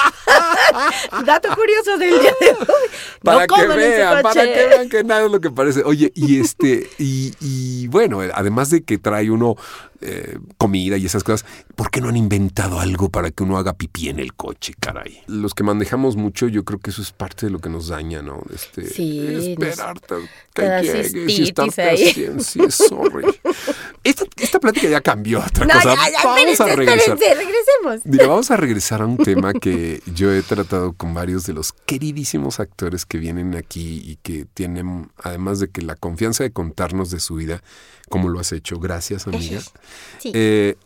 Speaker 4: cucarachas. *laughs* Dato curioso del día de hoy.
Speaker 1: Para
Speaker 4: no
Speaker 1: que
Speaker 4: coman en su
Speaker 1: vean, para
Speaker 4: coche.
Speaker 1: que vean que nada es lo que parece. Oye,
Speaker 4: *laughs*
Speaker 1: y este, y, y bueno, además de que trae uno eh, comida y esas cosas, ¿por qué no han inventado algo para que uno haga pipí en el coche, caray? Los que manejamos mucho, yo creo que eso es parte de lo que nos daña, ¿no? Este,
Speaker 4: Sí, nos-
Speaker 1: esperarte a
Speaker 4: te da
Speaker 1: que llegues y
Speaker 4: cistitis
Speaker 1: estarte
Speaker 4: ahí.
Speaker 1: haciendo- sí,
Speaker 4: *laughs*
Speaker 1: sorry. Esta, esta plática ya cambió a otra
Speaker 4: No,
Speaker 1: cosa.
Speaker 4: ya, ya,
Speaker 1: Pues Vamos
Speaker 4: espérense,
Speaker 1: a regresar.
Speaker 4: espérense, regresemos.
Speaker 1: Digo, vamos a regresar a un tema que yo he tratado con varios de los queridísimos actores que vienen aquí y que tienen, además de que la confianza de contarnos de su vida, como lo has hecho, gracias amiga,
Speaker 2: Sí.
Speaker 1: eh,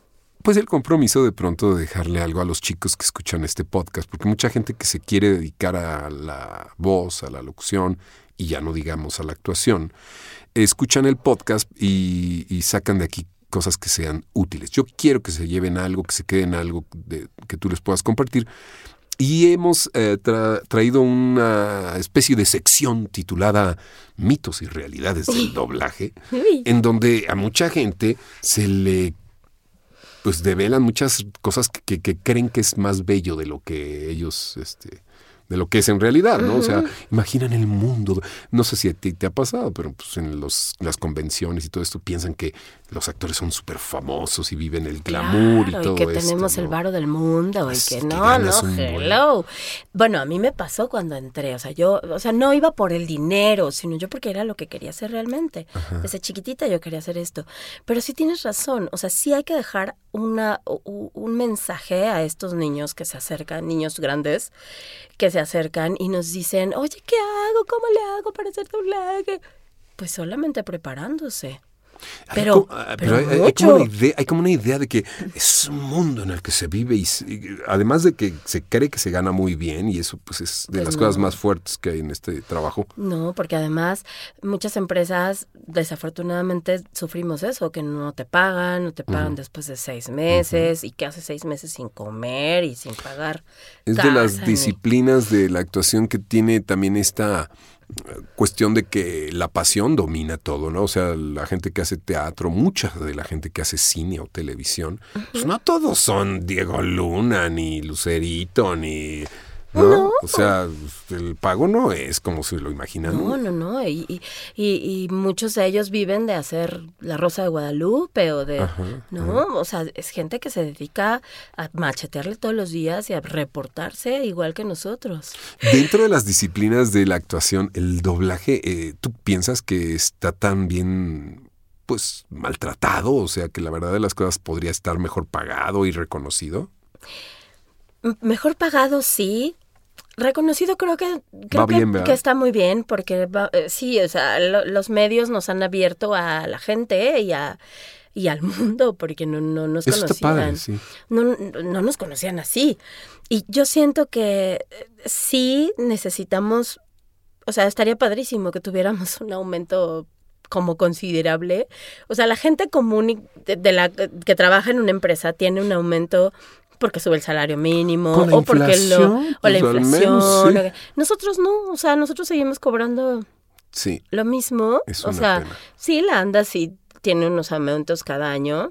Speaker 1: pues el compromiso de pronto de dejarle algo a los chicos que escuchan este podcast, porque mucha gente que se quiere dedicar a la voz, a la locución y ya no digamos a la actuación, escuchan el podcast y, y sacan de aquí cosas que sean útiles. Yo quiero que se lleven algo, que se queden algo de- que tú les puedas compartir. Y hemos eh, tra- traído una especie de sección titulada Mitos y Realidades del Doblaje, en donde a mucha gente se le pues develan muchas cosas que, que- que creen que es más bello de lo que ellos, este, de lo que es en realidad, ¿no? O sea, imaginan el mundo. No sé si a ti te ha pasado, pero pues en los, las convenciones y todo esto piensan que los actores son súper famosos y viven el glamour
Speaker 4: Claro,
Speaker 1: y todo
Speaker 4: que
Speaker 1: esto,
Speaker 4: tenemos el
Speaker 1: ¿no?
Speaker 4: varo del mundo y
Speaker 1: Es
Speaker 4: que
Speaker 1: que
Speaker 4: no, no,
Speaker 1: ganas un buen.
Speaker 4: hello. Bueno, a mí me pasó cuando entré, o sea, yo, o sea, no iba por el dinero, sino yo porque era lo que quería hacer realmente. Desde chiquitita yo quería hacer esto. Pero sí tienes razón, o sea, sí hay que dejar una u- u- un mensaje a estos niños que se acercan, niños grandes que se acercan y nos dicen, "Oye, ¿qué hago? ¿Cómo le hago para hacer doblaje?" Pues solamente preparándose.
Speaker 1: Hay
Speaker 4: Pero-
Speaker 1: como- ah,
Speaker 4: pero
Speaker 1: hay- hay, hay como una
Speaker 4: mucho.
Speaker 1: idea, hay como una idea de que es un mundo en el que se vive y, se- y además de que se cree que se gana muy bien y eso pues es de
Speaker 4: Pues
Speaker 1: las cosas
Speaker 4: no.
Speaker 1: más fuertes que hay en este trabajo.
Speaker 4: No, porque además muchas empresas desafortunadamente sufrimos eso, que no te pagan, no te pagan después de seis meses y que hace seis meses sin comer y sin pagar.
Speaker 1: Es de las
Speaker 4: tasas,
Speaker 1: disciplinas de la actuación que tiene también esta eh, cuestión de que la pasión domina todo, ¿no? O sea, la gente que hace teatro, mucha de la gente que hace cine o televisión, pues no todos son Diego Luna, ni Lucerito, ni ¿no?
Speaker 4: No.
Speaker 1: O sea, el pago no es como se lo imaginan.
Speaker 4: No, no, no. Y, y- y- y muchos de ellos viven de hacer la Rosa de Guadalupe o de... no, o sea, es gente que se dedica a machetearle todos los días y a reportarse igual que nosotros.
Speaker 1: Dentro de las disciplinas de la actuación, el doblaje, eh, ¿tú piensas que está tan bien, pues, maltratado? O sea, que la verdad de las cosas podría estar mejor pagado y reconocido.
Speaker 4: M- Mejor pagado, sí. Reconocido creo que creo que-
Speaker 1: bien,
Speaker 4: que,
Speaker 1: ¿verdad?
Speaker 4: está muy bien porque va- eh, sí, o sea, lo- los medios nos han abierto a la gente y a y al *laughs* mundo porque no no nos
Speaker 1: Eso está
Speaker 4: conocían.
Speaker 1: padre, sí.
Speaker 4: no, no- no nos conocían así. Y yo siento que eh, sí necesitamos, o sea, estaría padrísimo que tuviéramos *laughs* un aumento como considerable. O sea, la gente común y- de, de la que trabaja en una empresa tiene un aumento porque sube el salario mínimo
Speaker 1: Con la
Speaker 4: o porque lo
Speaker 1: inflación,
Speaker 4: o la
Speaker 1: pues, al menos,
Speaker 4: inflación.
Speaker 1: sí.
Speaker 4: o que- Nosotros no, o sea, nosotros seguimos cobrando
Speaker 1: Sí,
Speaker 4: lo mismo.
Speaker 1: Es
Speaker 4: o
Speaker 1: una
Speaker 4: sea,
Speaker 1: pena.
Speaker 4: sí, la anda sí tiene unos aumentos cada año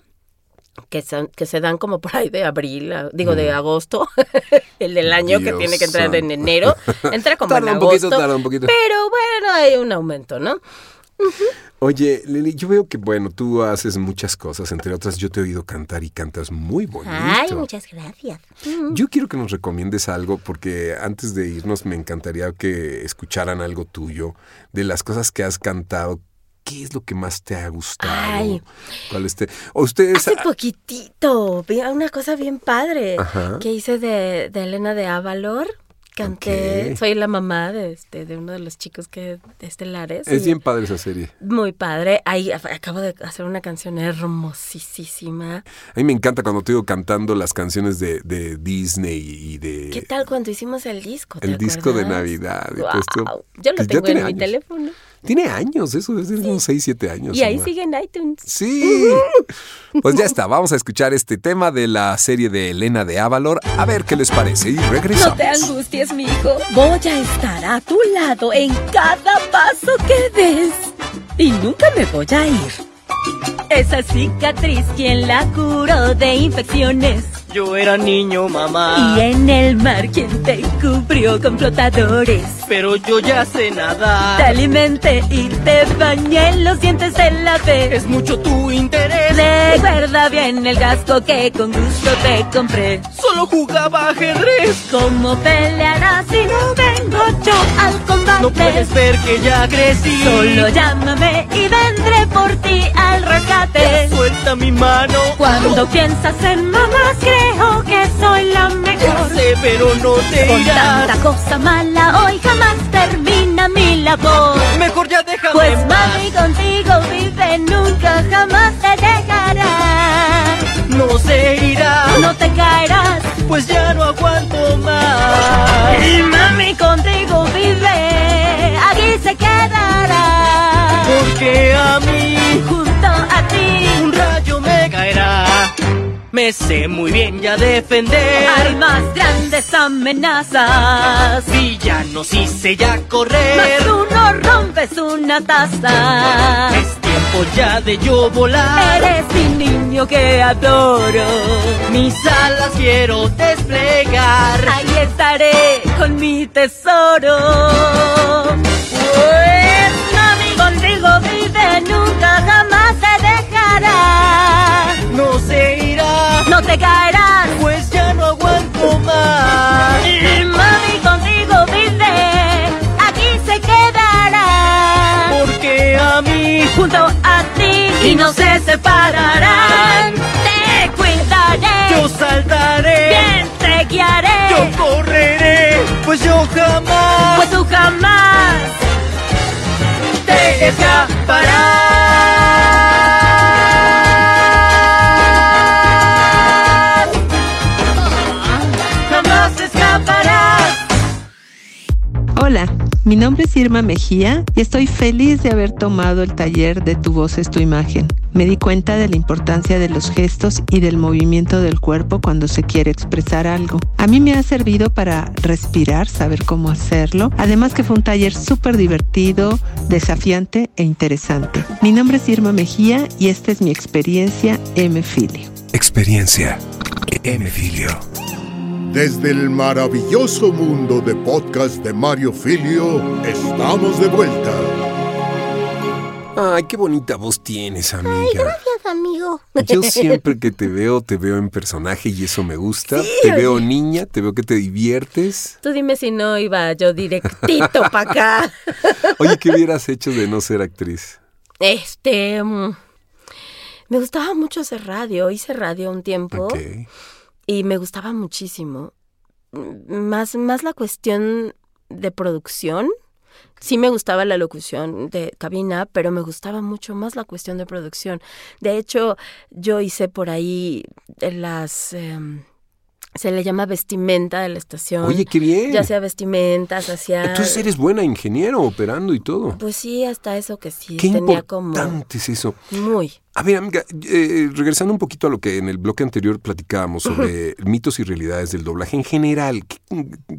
Speaker 4: que, son- que se dan como por ahí de abril, a- digo de agosto, *laughs* el del año que
Speaker 1: Mm. Dios
Speaker 4: tiene que entrar en
Speaker 1: santo.
Speaker 4: enero. Entra como
Speaker 1: Tarda
Speaker 4: en
Speaker 1: un poquito,
Speaker 4: agosto.
Speaker 1: tarda un poquito.
Speaker 4: Pero bueno, hay un aumento, ¿no?
Speaker 1: Oye, Lili, yo veo que, bueno, tú haces muchas cosas, entre otras, yo te he oído cantar y cantas muy bonito.
Speaker 2: Ay, muchas gracias.
Speaker 1: Yo quiero que nos recomiendes algo, porque antes de irnos me encantaría que escucharan algo tuyo, de las cosas que has cantado. ¿Qué es lo que más te ha gustado?
Speaker 4: Ay.
Speaker 1: ¿Cuál este? O ustedes.
Speaker 4: Hace poquitito, vi una cosa bien padre
Speaker 1: Ajá.
Speaker 4: que hice de, de Elena de Avalor. Canté,
Speaker 1: Ok.
Speaker 4: soy la mamá de, este, de uno de los chicos que estelares.
Speaker 1: Es
Speaker 4: y-
Speaker 1: bien padre esa serie.
Speaker 4: Muy padre. Ahí af- acabo de hacer una canción hermosísima.
Speaker 1: A mí me encanta cuando te digo cantando las canciones de, de Disney y de.
Speaker 4: ¿Qué tal cuando hicimos el disco? ¿Te
Speaker 1: El disco de
Speaker 4: acuerdas?
Speaker 1: Navidad. y todo
Speaker 4: Guau,
Speaker 1: esto.
Speaker 4: Yo lo
Speaker 1: Pues ya
Speaker 4: tengo en
Speaker 1: tiene
Speaker 4: mi
Speaker 1: años.
Speaker 4: teléfono.
Speaker 1: Tiene años, eso, desde unos 6, 7 años.
Speaker 4: Y ahí
Speaker 1: Omar.
Speaker 4: sigue en iTunes.
Speaker 1: Sí. Pues ya está, vamos a escuchar este tema de la serie de Elena de Avalor, a ver qué les parece y
Speaker 7: No
Speaker 1: regresamos.
Speaker 7: te angusties, mi hijo.
Speaker 8: Voy a estar a tu lado en cada paso que des. Y nunca me voy a ir. Esa cicatriz, quien la curó de infecciones?
Speaker 5: Yo era niño, mamá,
Speaker 8: Y en el mar, quien te cubrió con flotadores?
Speaker 5: pero yo ya sé
Speaker 8: Te
Speaker 5: nadar.
Speaker 8: alimenté y te bañé en los dientes de la vez.
Speaker 5: Es mucho tu interés.
Speaker 8: Recuerda bien el casco que con gusto te compré.
Speaker 5: Solo jugaba ajedrez.
Speaker 8: ¿Cómo pelearás si no vengo yo al combate?
Speaker 5: No puedes ver que ya crecí.
Speaker 8: Solo llámame y vendré por ti al rescate.
Speaker 5: Suelta mi mano.
Speaker 8: Cuando piensas en mamás, creo que soy la
Speaker 5: Ya
Speaker 8: mejor.
Speaker 5: sé, pero no te
Speaker 8: Con
Speaker 5: irás.
Speaker 8: tanta cosa mala, hoy jamás termina mi labor.
Speaker 5: Mejor ya déjame.
Speaker 8: Pues
Speaker 5: en paz.
Speaker 8: mami contigo vive, nunca jamás te dejará.
Speaker 5: no se irá.
Speaker 8: No te caerás,
Speaker 5: Pues ya no aguanto más.
Speaker 8: y mami contigo vive, aquí se quedará.
Speaker 5: Porque a mí
Speaker 8: Junto a ti,
Speaker 5: un rayo me caerá. Me sé muy bien ya defender.
Speaker 8: hay más grandes amenazas.
Speaker 5: Villanos hice ya
Speaker 8: Más
Speaker 5: correr.
Speaker 8: uno rompes una taza.
Speaker 5: Es tiempo ya de yo volar.
Speaker 8: Eres mi niño que adoro.
Speaker 5: Mis alas quiero desplegar.
Speaker 8: Ahí estaré con mi tesoro. Pues mami contigo vive, nunca jamás te dejará.
Speaker 5: No se irá.
Speaker 8: No te caerás.
Speaker 5: Pues ya no aguanto más.
Speaker 8: Y Mami contigo vive, aquí se quedará.
Speaker 5: Porque a mí
Speaker 8: Junto a ti y no se separarán. Te cuidaré.
Speaker 5: yo saltaré.
Speaker 8: Bien te guiaré.
Speaker 5: Yo correré. Pues yo jamás
Speaker 8: Pues tú jamás
Speaker 5: te escaparás.
Speaker 8: jamás escaparás.
Speaker 9: Hola, mi nombre es Irma Mejía y estoy feliz de haber tomado el taller de Tu voz es tu imagen. Me di cuenta de la importancia de los gestos y del movimiento del cuerpo cuando se quiere expresar algo. A mí me ha servido para respirar, saber cómo hacerlo. Además que fue un taller súper divertido, desafiante e interesante. Mi nombre es Irma Mejía y esta es mi experiencia M. Filio.
Speaker 1: Experiencia. M. Filio.
Speaker 3: Desde el maravilloso mundo de podcast de Mario Filio, estamos de vuelta.
Speaker 1: Ay, qué bonita voz tienes, amiga.
Speaker 2: Gracias, amigo.
Speaker 1: Yo siempre que te veo, te veo en personaje y eso me gusta. te veo niña, te veo que te diviertes.
Speaker 4: Tú dime si no iba yo directito para acá.
Speaker 1: Oye, ¿qué hubieras hecho de no ser actriz?
Speaker 4: Este. mm, Me gustaba mucho hacer radio. Hice radio un tiempo
Speaker 1: Ok.
Speaker 4: y me gustaba muchísimo. Mm, Más, más la cuestión de producción. Sí me gustaba la locución de cabina, pero me gustaba mucho más la cuestión de producción. De hecho, yo hice por ahí de las... em, se le llama vestimenta de la estación.
Speaker 1: Oye, qué bien.
Speaker 4: Ya sea vestimentas, hacía...
Speaker 1: Entonces eres buena ingeniero, operando y todo.
Speaker 4: Pues sí, hasta eso que sí.
Speaker 1: Qué
Speaker 4: tenía
Speaker 1: importante
Speaker 4: como...
Speaker 1: es eso.
Speaker 4: Muy.
Speaker 1: A ver, Ah, amiga, eh, regresando un poquito a lo que en el bloque anterior platicábamos sobre mitos y realidades del doblaje en general, ¿qué,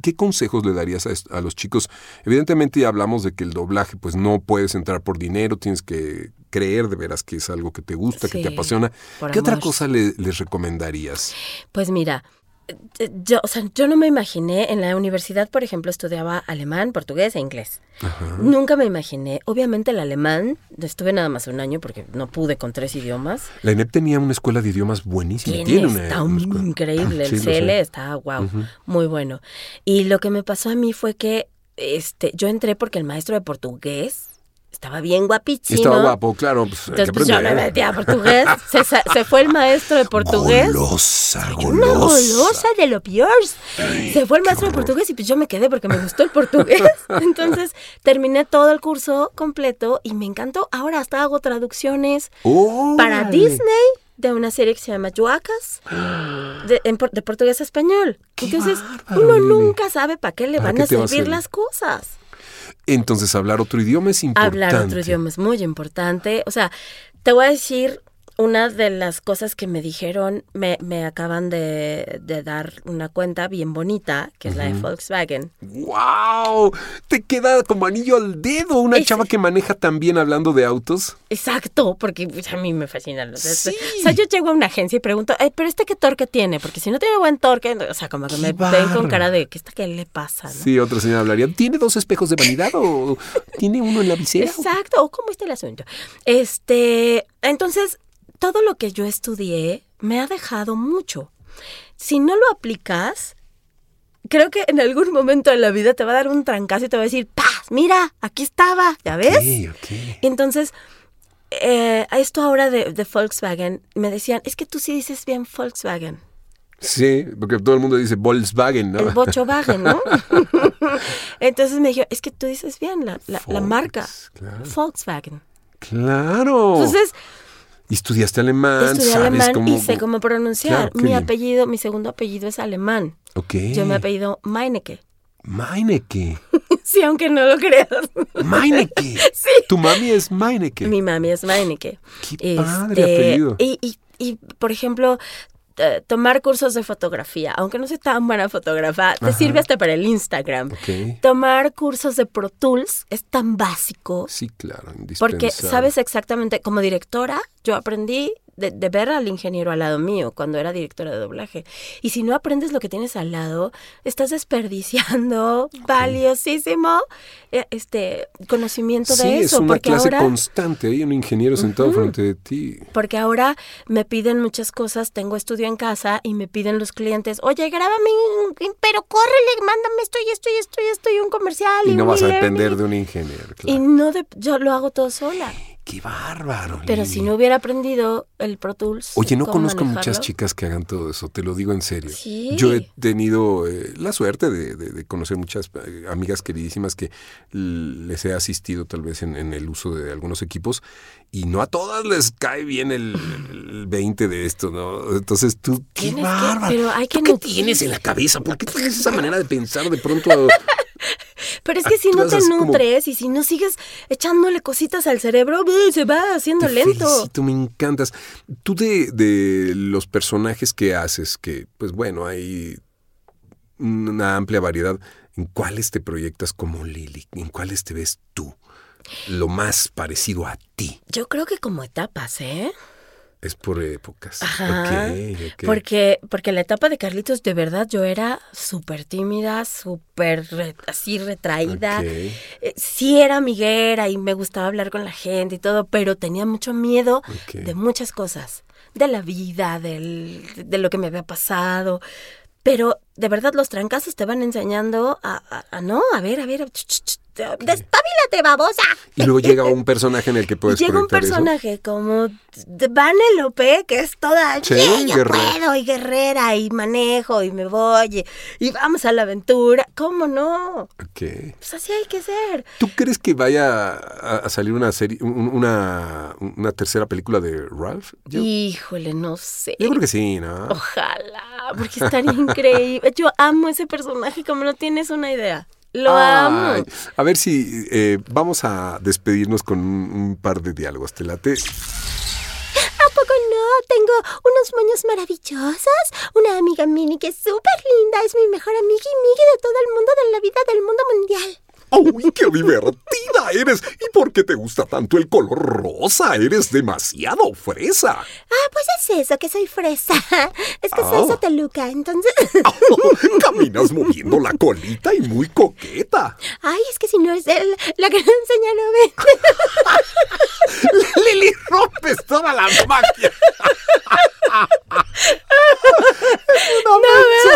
Speaker 1: qué consejos le darías a, est- a los chicos? Evidentemente ya hablamos de que el doblaje, pues no puedes entrar por dinero, tienes que creer de veras que es algo que te gusta, que te
Speaker 4: Sí,
Speaker 1: apasiona.
Speaker 4: por
Speaker 1: ¿Qué otra
Speaker 4: amor.
Speaker 1: cosa le- les recomendarías?
Speaker 4: Pues mira, eh, yo, o sea, yo no me imaginé, en la universidad, por ejemplo, estudiaba alemán, portugués e inglés. Nunca me imaginé, obviamente el alemán, estuve nada más un año porque no pude con tres idiomas.
Speaker 1: La ENEP tenía una escuela de idiomas buenísima.
Speaker 4: Tiene,
Speaker 1: Tiene una,
Speaker 4: está
Speaker 1: una
Speaker 4: un-
Speaker 1: escuela. Ah,
Speaker 4: increíble,
Speaker 1: Sí, lo
Speaker 4: el
Speaker 1: sé.
Speaker 4: CL está wow, muy bueno. Y lo que me pasó a mí fue que este, yo entré porque el maestro de portugués estaba bien guapísimo.
Speaker 1: Estaba guapo, claro. Pues, hay que
Speaker 4: Entonces, pues, yo me
Speaker 1: aprender.
Speaker 4: metí a portugués. Se, sa- se fue el maestro de portugués.
Speaker 1: Golosa,
Speaker 4: Una
Speaker 1: golosa.
Speaker 4: golosa de lo peor. Se fue el maestro de portugués y pues yo me quedé porque me gustó
Speaker 1: *laughs*
Speaker 4: el portugués. Entonces terminé todo el curso completo y me encantó. Ahora hasta hago traducciones para
Speaker 1: Órale.
Speaker 4: Disney de una serie que se llama Yuacas de, en por- de portugués a español. Entonces
Speaker 1: bárbaro,
Speaker 4: uno
Speaker 1: Lili.
Speaker 4: nunca sabe para qué le
Speaker 1: ¿Para
Speaker 4: van
Speaker 1: qué
Speaker 4: a
Speaker 1: te va a
Speaker 4: servir
Speaker 1: servir?
Speaker 4: las cosas.
Speaker 1: Entonces hablar otro idioma es importante.
Speaker 4: Hablar otro idioma es muy importante. O sea, te voy a decir una de las cosas que me dijeron, me, me acaban de, de dar una cuenta bien bonita, que es la de Volkswagen.
Speaker 1: ¡Wow! Te queda como anillo al dedo una
Speaker 4: Es-
Speaker 1: chava que maneja tan bien hablando de autos.
Speaker 4: Exacto, porque pues, a mí me fascinan los de estos.
Speaker 1: Sí.
Speaker 4: O sea, yo llego a una agencia y pregunto, "Ay, pero este qué torque tiene, porque si no tiene buen torque, no- o sea, como que me ven
Speaker 1: bárbaro!
Speaker 4: con cara de, ¿qué está que le pasa? no?"
Speaker 1: Sí, otra señora hablaría. ¿Tiene dos espejos de vanidad o tiene uno en la visera?
Speaker 4: Exacto, o cómo está el asunto. Este, entonces, todo lo que yo estudié me ha dejado mucho. Si no lo aplicas, creo que en algún momento de la vida te va a dar un trancazo y te va a decir, ¡paz! Mira, aquí estaba, ¿ya ves?
Speaker 1: Sí, ok.
Speaker 4: Entonces, eh, esto ahora de, de Volkswagen, me decían, es que tú sí dices bien Volkswagen,
Speaker 1: Sí, porque todo el mundo dice Volkswagen, ¿no? *laughs*
Speaker 4: el Volkswagen, ¿no? *laughs* entonces me dijo, es que tú dices bien la, la- la
Speaker 1: Volks,
Speaker 4: marca,
Speaker 1: claro. Oh.
Speaker 4: Volkswagen.
Speaker 1: ¡Claro!
Speaker 4: Entonces,
Speaker 1: Y estudiaste alemán,
Speaker 4: Pues Estudié
Speaker 1: sabes
Speaker 4: alemán
Speaker 1: cómo...
Speaker 4: y sé cómo pronunciar.
Speaker 1: Claro, qué
Speaker 4: mi
Speaker 1: bien. Eh.
Speaker 4: apellido, mi segundo apellido es alemán.
Speaker 1: Ok.
Speaker 4: Yo me apellido Meineke.
Speaker 1: Meineke.
Speaker 4: *laughs* Sí, aunque no lo creas. *laughs*
Speaker 1: Meineke.
Speaker 4: Sí.
Speaker 1: Tu mami es Meineke.
Speaker 4: Mi este, mami es Meineke.
Speaker 1: Qué padre apellido.
Speaker 4: Y, y, y, por ejemplo, eh, tomar cursos de fotografía, aunque no soy tan buena fotógrafa, te sirve hasta para el Instagram.
Speaker 1: Ok.
Speaker 4: Tomar cursos de Pro Tools es tan básico
Speaker 1: Sí, claro, indispensable.
Speaker 4: Porque sabes exactamente, como directora, yo aprendí de, de ver al ingeniero al lado mío cuando era directora de doblaje. Y si no aprendes lo que tienes al lado, estás desperdiciando valiosísimo eh, este conocimiento
Speaker 1: Sí,
Speaker 4: de
Speaker 1: es
Speaker 4: eso.
Speaker 1: una
Speaker 4: porque
Speaker 1: clase
Speaker 4: ahora
Speaker 1: constante. Hay un ingeniero sentado frente de ti.
Speaker 4: porque ahora me piden muchas cosas, tengo estudio en casa y me piden los clientes, oye, grábame, un- un- pero córrele, mándame esto y esto y esto y esto y un comercial.
Speaker 1: Y no
Speaker 4: un
Speaker 1: vas a
Speaker 4: e-learning".
Speaker 1: depender de un ingeniero.
Speaker 4: Y
Speaker 1: Claro.
Speaker 4: no, de- yo lo hago todo sola.
Speaker 1: Qué bárbaro.
Speaker 4: Pero
Speaker 1: Lili.
Speaker 4: si no hubiera aprendido el Pro Tools.
Speaker 1: Oye, no
Speaker 4: cómo
Speaker 1: conozco muchas
Speaker 4: manejarlo.
Speaker 1: chicas que hagan todo eso, te lo digo en serio.
Speaker 4: Sí.
Speaker 1: Yo he tenido eh, la suerte de, de- de conocer muchas eh, amigas queridísimas que l- les he asistido tal vez en, en el uso de algunos equipos y no a todas les cae bien el, el 20 de esto, ¿no? Entonces tú, qué
Speaker 4: Tienes que-
Speaker 1: bárbaro.
Speaker 4: pero hay
Speaker 1: ¿Tú
Speaker 4: que
Speaker 1: qué
Speaker 4: nutrir.
Speaker 1: tienes en la cabeza? ¿Por qué tienes esa manera de pensar de pronto?
Speaker 4: Pero es que si no
Speaker 1: actúas
Speaker 4: te
Speaker 1: así Ah, como-
Speaker 4: nutres y si no sigues echándole cositas al cerebro, ¡buh! se va haciendo
Speaker 1: Te
Speaker 4: lento.
Speaker 1: felicito, me encantas. Tú de, de los personajes que haces, que pues bueno, hay una amplia variedad, ¿en cuáles te proyectas como Lili? ¿En cuáles te ves tú? Lo más parecido a ti.
Speaker 4: Yo creo que como etapas, ¿eh?
Speaker 1: Es por épocas.
Speaker 4: Ajá.
Speaker 1: Ok, ok.
Speaker 4: Porque, porque en la etapa de Carlitos, de verdad, yo era súper tímida, súper re- así retraída.
Speaker 1: Ok.
Speaker 4: Eh, Sí era amiguera y me gustaba hablar con la gente y todo, pero tenía mucho miedo
Speaker 1: Ok.
Speaker 4: de muchas cosas. De la vida, del, de lo que me había pasado. Pero de verdad, los trancazos te van enseñando a, a- a no, a ver, a ver, a- ch- ch- ch- despabilate, babosa.
Speaker 1: Y luego llega un personaje en el que puedes
Speaker 4: Llega un
Speaker 1: conectar eso.
Speaker 4: personaje como de Vanellope, que es toda
Speaker 1: Sí,
Speaker 4: "Yeah, yo
Speaker 1: guerrera.
Speaker 4: puedo, y guerrera, y manejo, y me voy, y, y vamos a la aventura. ¿Cómo no?
Speaker 1: Ok.
Speaker 4: Pues así hay que ser.
Speaker 1: ¿Tú crees que vaya a, a salir una serie, un- una, una tercera película de Ralph? Yo,
Speaker 4: Híjole, no sé.
Speaker 1: yo creo que sí,
Speaker 4: Oh,
Speaker 1: ¿no?
Speaker 4: Ojalá, porque estaría increíble. Yo amo ese personaje, como no tienes una idea. Lo
Speaker 1: Ay,
Speaker 4: amo.
Speaker 1: A ver si eh, vamos a despedirnos con un, un par de diálogos. ¿Te late?
Speaker 2: ¿A poco no? Tengo unos moños maravillosos, una amiga mini que es súper linda, es mi mejor amiga y migui de todo el mundo, de la vida del mundo mundial.
Speaker 1: ¡Uy, qué divertida eres! ¿Y por qué te gusta tanto el color rosa? Eres demasiado fresa. *laughs*
Speaker 2: Ah, pues es eso, que soy fresa. *laughs* Es que soy
Speaker 1: Ah.
Speaker 2: sateluca, entonces... *laughs*
Speaker 1: Caminas moviendo la colita y muy coqueta.
Speaker 2: Ay, es que si no es él, la que no enseña no ve.
Speaker 1: Lili, rompes toda la *laughs* magia.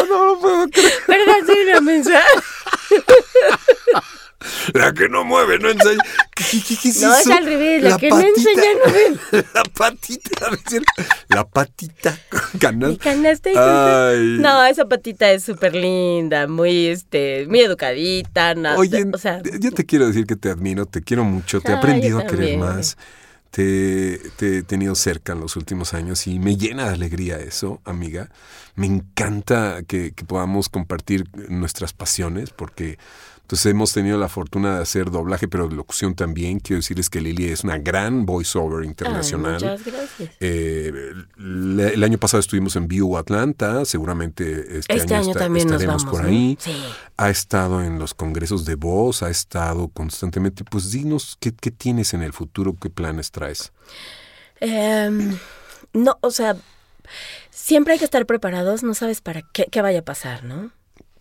Speaker 1: no, no lo puedo creer.
Speaker 4: ¿Verdad? Soy
Speaker 1: *laughs*
Speaker 4: una mensa.
Speaker 1: La que no mueve, no enseña. ¿Qué- qué- qué- qué
Speaker 4: No, es
Speaker 1: eso?
Speaker 4: al revés, la que no enseña no ve.
Speaker 1: *laughs* La patita, decir, la patita canal.
Speaker 4: Y canasta y canasta.
Speaker 1: Ay.
Speaker 4: No, esa patita es súper linda, muy, este, muy educadita. no,
Speaker 1: Oye,
Speaker 4: o sea,
Speaker 1: yo te quiero decir que te admiro, te quiero mucho, te he
Speaker 4: Ah, yo
Speaker 1: aprendido a querer
Speaker 4: también.
Speaker 1: más. Te, te he tenido cerca en los últimos años y me llena de alegría eso, amiga. Me encanta que, que podamos compartir nuestras pasiones porque pues, hemos tenido la fortuna de hacer doblaje, pero de locución también. Quiero decirles que Lili es una gran voiceover
Speaker 4: ay,
Speaker 1: internacional.
Speaker 4: muchas gracias.
Speaker 1: Eh, le- el año pasado estuvimos en View Atlanta, seguramente este,
Speaker 4: Este año
Speaker 1: esta-
Speaker 4: también nos
Speaker 1: estaremos
Speaker 4: vamos.
Speaker 1: por
Speaker 4: ¿no?
Speaker 1: ahí.
Speaker 4: Sí.
Speaker 1: Ha estado en los congresos de voz, ha estado constantemente. Pues dinos qué, qué tienes en el futuro, qué planes traes.
Speaker 4: Em, no, o sea, siempre hay que estar preparados, no sabes para qué, qué vaya a pasar, ¿no?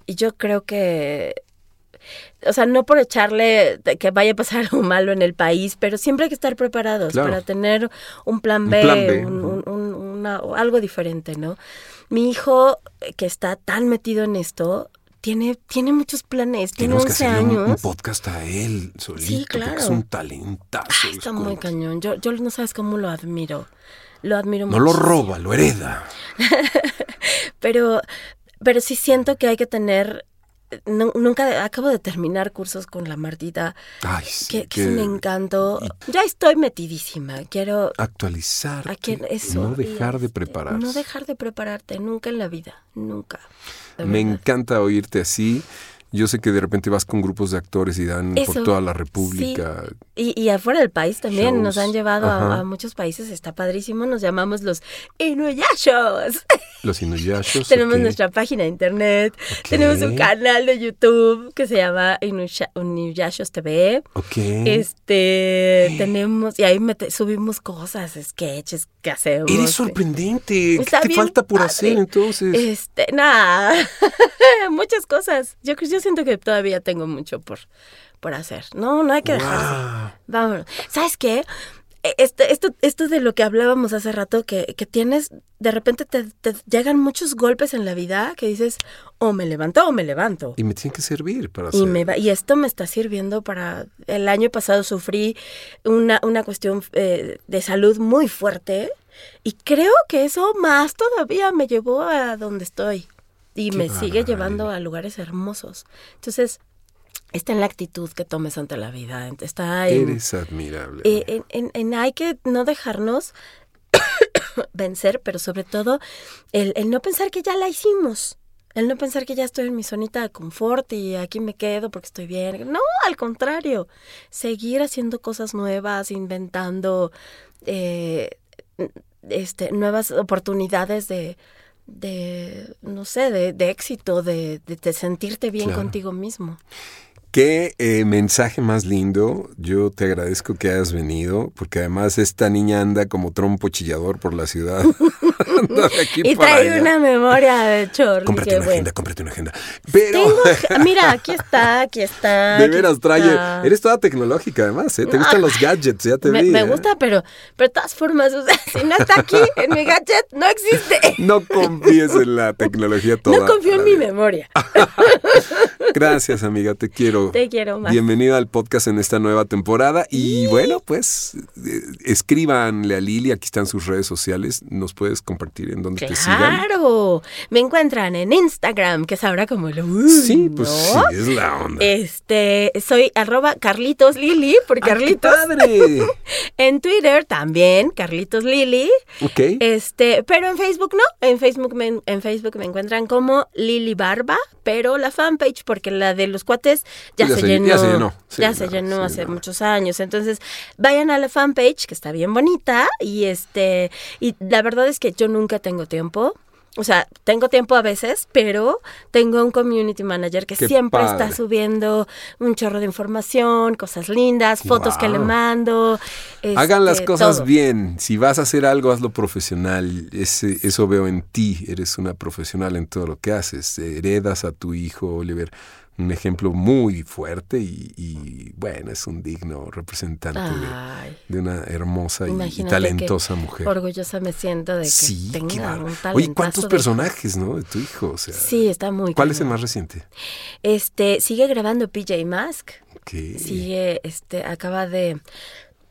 Speaker 4: Y yo creo que, o sea, no por echarle de que vaya a pasar *laughs* algo malo en el país, pero siempre hay que estar preparados
Speaker 1: Claro.
Speaker 4: para tener un plan
Speaker 1: Un
Speaker 4: B,
Speaker 1: plan B,
Speaker 4: un-
Speaker 1: ujú.
Speaker 4: un- un- una- o algo diferente, ¿no? Mi hijo, eh, que está tan metido en esto, tiene, tiene muchos planes, tiene
Speaker 1: Tenemos que
Speaker 4: 11
Speaker 1: hacerle un-
Speaker 4: años.
Speaker 1: un, podcast a él solito, porque es
Speaker 4: claro.
Speaker 1: un talentazo.
Speaker 4: Ay,
Speaker 1: es
Speaker 4: Ah, está muy
Speaker 1: como-
Speaker 4: cañón. Yo, yo no sabes cómo lo admiro. Lo admiro
Speaker 1: No lo
Speaker 4: muchísimo.
Speaker 1: roba, lo hereda.
Speaker 4: Pero, pero sí siento que hay que tener. nu- nunca acabo de terminar cursos con la Martita,
Speaker 1: Ay, sí,
Speaker 4: que, que
Speaker 1: que
Speaker 4: es un encanto. Ya estoy metidísima. Quiero.
Speaker 1: Actualizar.
Speaker 4: ¿A quién? Eso.
Speaker 1: No dejar de
Speaker 4: este,
Speaker 1: prepararse.
Speaker 4: No dejar de prepararte, nunca en la vida. Nunca. de
Speaker 1: Me
Speaker 4: verdad.
Speaker 1: encanta oírte así. Yo sé que de repente vas con grupos de actores y dan
Speaker 4: Eso,
Speaker 1: por toda la
Speaker 4: sí.
Speaker 1: República.
Speaker 4: Y, y afuera del país también nos
Speaker 1: Shows.
Speaker 4: han llevado
Speaker 1: Ajá.
Speaker 4: a, a muchos países, está padrísimo, nos llamamos los *laughs* Inuyashos.
Speaker 1: Los Inuyashos.
Speaker 4: *laughs* Tenemos
Speaker 1: Pues, ok.
Speaker 4: nuestra página de internet, tenemos un canal de YouTube que se llama Inusha- Inuyashos TV.
Speaker 1: Ok. *gasps*
Speaker 4: Este, tenemos, y ahí mete- subimos cosas, sketches que hacemos.
Speaker 1: Eres sorprendente. ¿Qué
Speaker 4: Está
Speaker 1: te
Speaker 4: bien
Speaker 1: falta por
Speaker 4: padre.
Speaker 1: hacer entonces?
Speaker 4: Este, nada, *laughs* muchas cosas. Yo, creo- yo siento que todavía tengo mucho por, por hacer. No, no hay que dejarse. *laughs*
Speaker 1: Guau.
Speaker 4: Vámonos. ¿Sabes qué? Eh, Este, esto, esto de lo que hablábamos hace rato, que, que tienes, de repente te, te llegan muchos golpes en la vida que dices, o me levanto o me levanto.
Speaker 1: Y me tiene que servir para hacer.
Speaker 4: Y, me va- y esto me está sirviendo para... El año pasado sufrí una, una cuestión eh, de salud muy fuerte y creo que eso más todavía me llevó a donde estoy y
Speaker 1: Qué
Speaker 4: me sigue
Speaker 1: barbaridad.
Speaker 4: llevando a lugares hermosos. Entonces, está en la actitud que tomes ante la vida. Está en...
Speaker 1: Eres admirable.
Speaker 4: Eh, en, en- en hay que no dejarnos *coughs* vencer, pero sobre todo el, el no pensar que ya la hicimos. El no pensar que ya estoy en mi zonita de confort y aquí me quedo porque estoy bien. No, al contrario. Seguir haciendo cosas nuevas, inventando eh, este, nuevas oportunidades de, de, no sé, de, de éxito, de, de- de sentirte bien
Speaker 1: Claro.
Speaker 4: contigo mismo.
Speaker 1: Qué eh, mensaje más lindo. Yo te agradezco que hayas venido, porque además esta niña anda como trompo chillador por la ciudad. *laughs* Anda de aquí
Speaker 4: Y
Speaker 1: para
Speaker 4: trae
Speaker 1: allá.
Speaker 4: una memoria
Speaker 1: *laughs*
Speaker 4: de Chorli.
Speaker 1: Cómprate
Speaker 4: qué
Speaker 1: una
Speaker 4: bueno.
Speaker 1: agenda, cómprate una agenda. Pero.
Speaker 4: Tengo- mira, aquí está, aquí está.
Speaker 1: De
Speaker 4: aquí
Speaker 1: veras,
Speaker 4: está. Ah,
Speaker 1: trae. Eres toda tecnológica, además, ¿eh? Te gustan los gadgets, ya te
Speaker 4: me,
Speaker 1: vi.
Speaker 4: me
Speaker 1: ¿eh?
Speaker 4: gusta, pero, pero de todas formas, o sea, *laughs* si no está aquí en mi gadget,
Speaker 1: *laughs*
Speaker 4: no existe.
Speaker 1: No confíes en la tecnología toda.
Speaker 4: *laughs*
Speaker 1: Ah,
Speaker 4: No confío en
Speaker 1: la
Speaker 4: mi
Speaker 1: vida.
Speaker 4: memoria.
Speaker 1: Gracias, amiga, te quiero.
Speaker 4: Te quiero más.
Speaker 1: Bienvenida al podcast en esta nueva temporada. Y bueno, pues eh, escríbanle a Lili, aquí están sus redes sociales. Nos puedes compartir en donde te sigan.
Speaker 4: Claro. Me encuentran en Instagram, que es ahora como lo.
Speaker 1: Sí, pues
Speaker 4: ¿no?
Speaker 1: sí, es la onda.
Speaker 4: Este, soy arroba Carlitos Lili, por
Speaker 1: ¡Ah, qué
Speaker 4: Carlitos. *laughs*
Speaker 1: padre!
Speaker 4: En Twitter también, Carlitos Lili.
Speaker 1: ok.
Speaker 4: Este, pero en Facebook no. En Facebook me, en Facebook me encuentran como Lili Barba, pero la fanpage, porque la de los cuates ya,
Speaker 1: Ya
Speaker 4: se,
Speaker 1: se-
Speaker 4: llenó.
Speaker 1: ya se llenó. Sí,
Speaker 4: ya se
Speaker 1: no,
Speaker 4: llenó
Speaker 1: sí,
Speaker 4: hace
Speaker 1: no.
Speaker 4: muchos años. Entonces, vayan a la fanpage, que está bien bonita. Y este, y la verdad es que yo nunca tengo tiempo. O sea, tengo tiempo a veces, pero tengo un community manager que
Speaker 1: Qué
Speaker 4: siempre
Speaker 1: padre.
Speaker 4: está subiendo un chorro de información, cosas lindas, fotos que le
Speaker 1: Guau.
Speaker 4: mando.
Speaker 1: Hagan las
Speaker 4: este,
Speaker 1: cosas
Speaker 4: todo.
Speaker 1: bien. Si vas a hacer algo, hazlo profesional. Ese- eso veo en ti. Eres una profesional en todo lo que haces. Heredas a tu hijo, Oliver, un ejemplo muy fuerte y, y, bueno, es un digno representante de,
Speaker 4: Ay.
Speaker 1: de una hermosa y- y,
Speaker 4: Ah, Imagínate
Speaker 1: talentosa
Speaker 4: qué
Speaker 1: mujer.
Speaker 4: Orgullosa me siento de que
Speaker 1: sí, qué
Speaker 4: tenga
Speaker 1: bárbaro.
Speaker 4: un talento.
Speaker 1: Oye, ¿cuántos personajes, no? De tu hijo. O sea,
Speaker 4: Sí, está muy
Speaker 1: ¿Cuál es el
Speaker 4: cañón.
Speaker 1: más reciente?
Speaker 4: Este, sigue grabando PJ Mask.
Speaker 1: ¿Qué?
Speaker 4: Sigue, este, acaba de.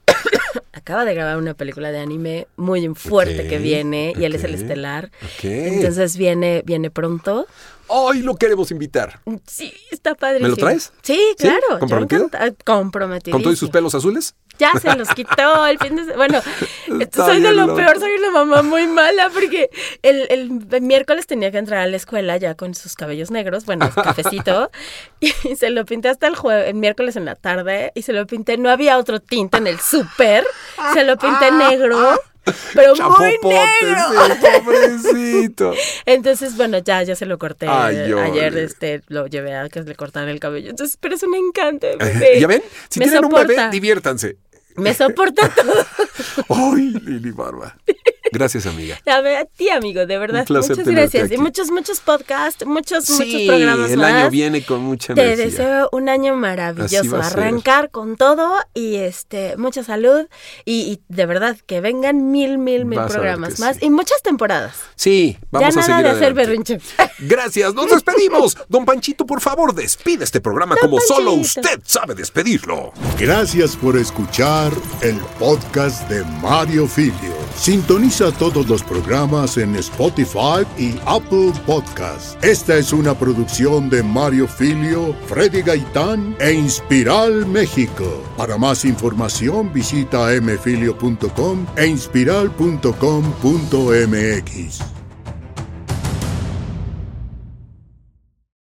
Speaker 4: *coughs* acaba de grabar una película de anime muy fuerte que
Speaker 1: Ok,
Speaker 4: viene y él es el
Speaker 1: ok,
Speaker 4: estelar.
Speaker 1: ok.
Speaker 4: Entonces viene, viene pronto.
Speaker 1: Hoy lo queremos invitar.
Speaker 4: Sí, está padrísimo.
Speaker 1: traes?
Speaker 4: Sí,
Speaker 1: ¿Sí?
Speaker 4: claro. yo
Speaker 1: ¿Comprometido?
Speaker 4: encanta- Comprometidísimo.
Speaker 1: ¿Con todos sus pelos azules?
Speaker 4: Ya se los quitó el fin de semana. Bueno, eh,
Speaker 1: Está
Speaker 4: soy de
Speaker 1: bien
Speaker 4: lo
Speaker 1: loco.
Speaker 4: peor, soy una mamá muy mala porque el, el miércoles tenía que entrar a la escuela ya con sus cabellos
Speaker 1: *laughs*
Speaker 4: negros, bueno, su cafecito, y se lo pinté hasta el jueves, el miércoles en la tarde, y se lo pinté, no había otro tinta en el súper, se lo pinté negro, pero muy
Speaker 1: Chapopote,
Speaker 4: negro.
Speaker 1: sí,
Speaker 4: *laughs*
Speaker 1: pobrecito.
Speaker 4: Entonces, bueno, ya, ya se lo corté.
Speaker 1: Ay, yo-
Speaker 4: Ayer este, lo llevé a que le cortaran el cabello. Entonces, pero es un encanto. el bebé.
Speaker 1: ¿Ya ven? Si
Speaker 4: Me
Speaker 1: tienen un bebé,
Speaker 4: soporta. *laughs*
Speaker 1: diviértanse.
Speaker 4: Me soporta todo.
Speaker 1: *laughs* Ay, Lili Barba. Gracias, amiga.
Speaker 4: A ver, a ti, amigo, de verdad.
Speaker 1: Un placer
Speaker 4: muchas
Speaker 1: tenerte
Speaker 4: gracias. Y
Speaker 1: aquí.
Speaker 4: muchos, muchos podcasts, muchos, muchos
Speaker 1: sí,
Speaker 4: programas
Speaker 1: el
Speaker 4: más.
Speaker 1: año viene con mucha
Speaker 4: Te
Speaker 1: energía.
Speaker 4: deseo un año
Speaker 1: Así
Speaker 4: maravilloso,
Speaker 1: va a ser.
Speaker 4: arrancar con todo y este mucha salud y, y de verdad que vengan mil, mil, mil
Speaker 1: Vas a ver
Speaker 4: programas
Speaker 1: que
Speaker 4: más
Speaker 1: sí.
Speaker 4: y muchas temporadas.
Speaker 1: Sí, vamos
Speaker 4: ya
Speaker 1: a
Speaker 4: nada
Speaker 1: seguir
Speaker 4: de hacer
Speaker 1: adelante.
Speaker 4: berrinche. *laughs*
Speaker 1: Gracias, nos despedimos. Don Panchito, por favor, despide este programa como solo
Speaker 4: Panchito.
Speaker 1: usted sabe despedirlo.
Speaker 3: Gracias por escuchar el podcast de Mario Filio. Sintoniza todos los programas en Spotify y Apple Podcast. Esta es una producción de Mario Filio, Freddy Gaitán e Inspiral México. Para más información visita mfilio.com e inspiral.com.mx.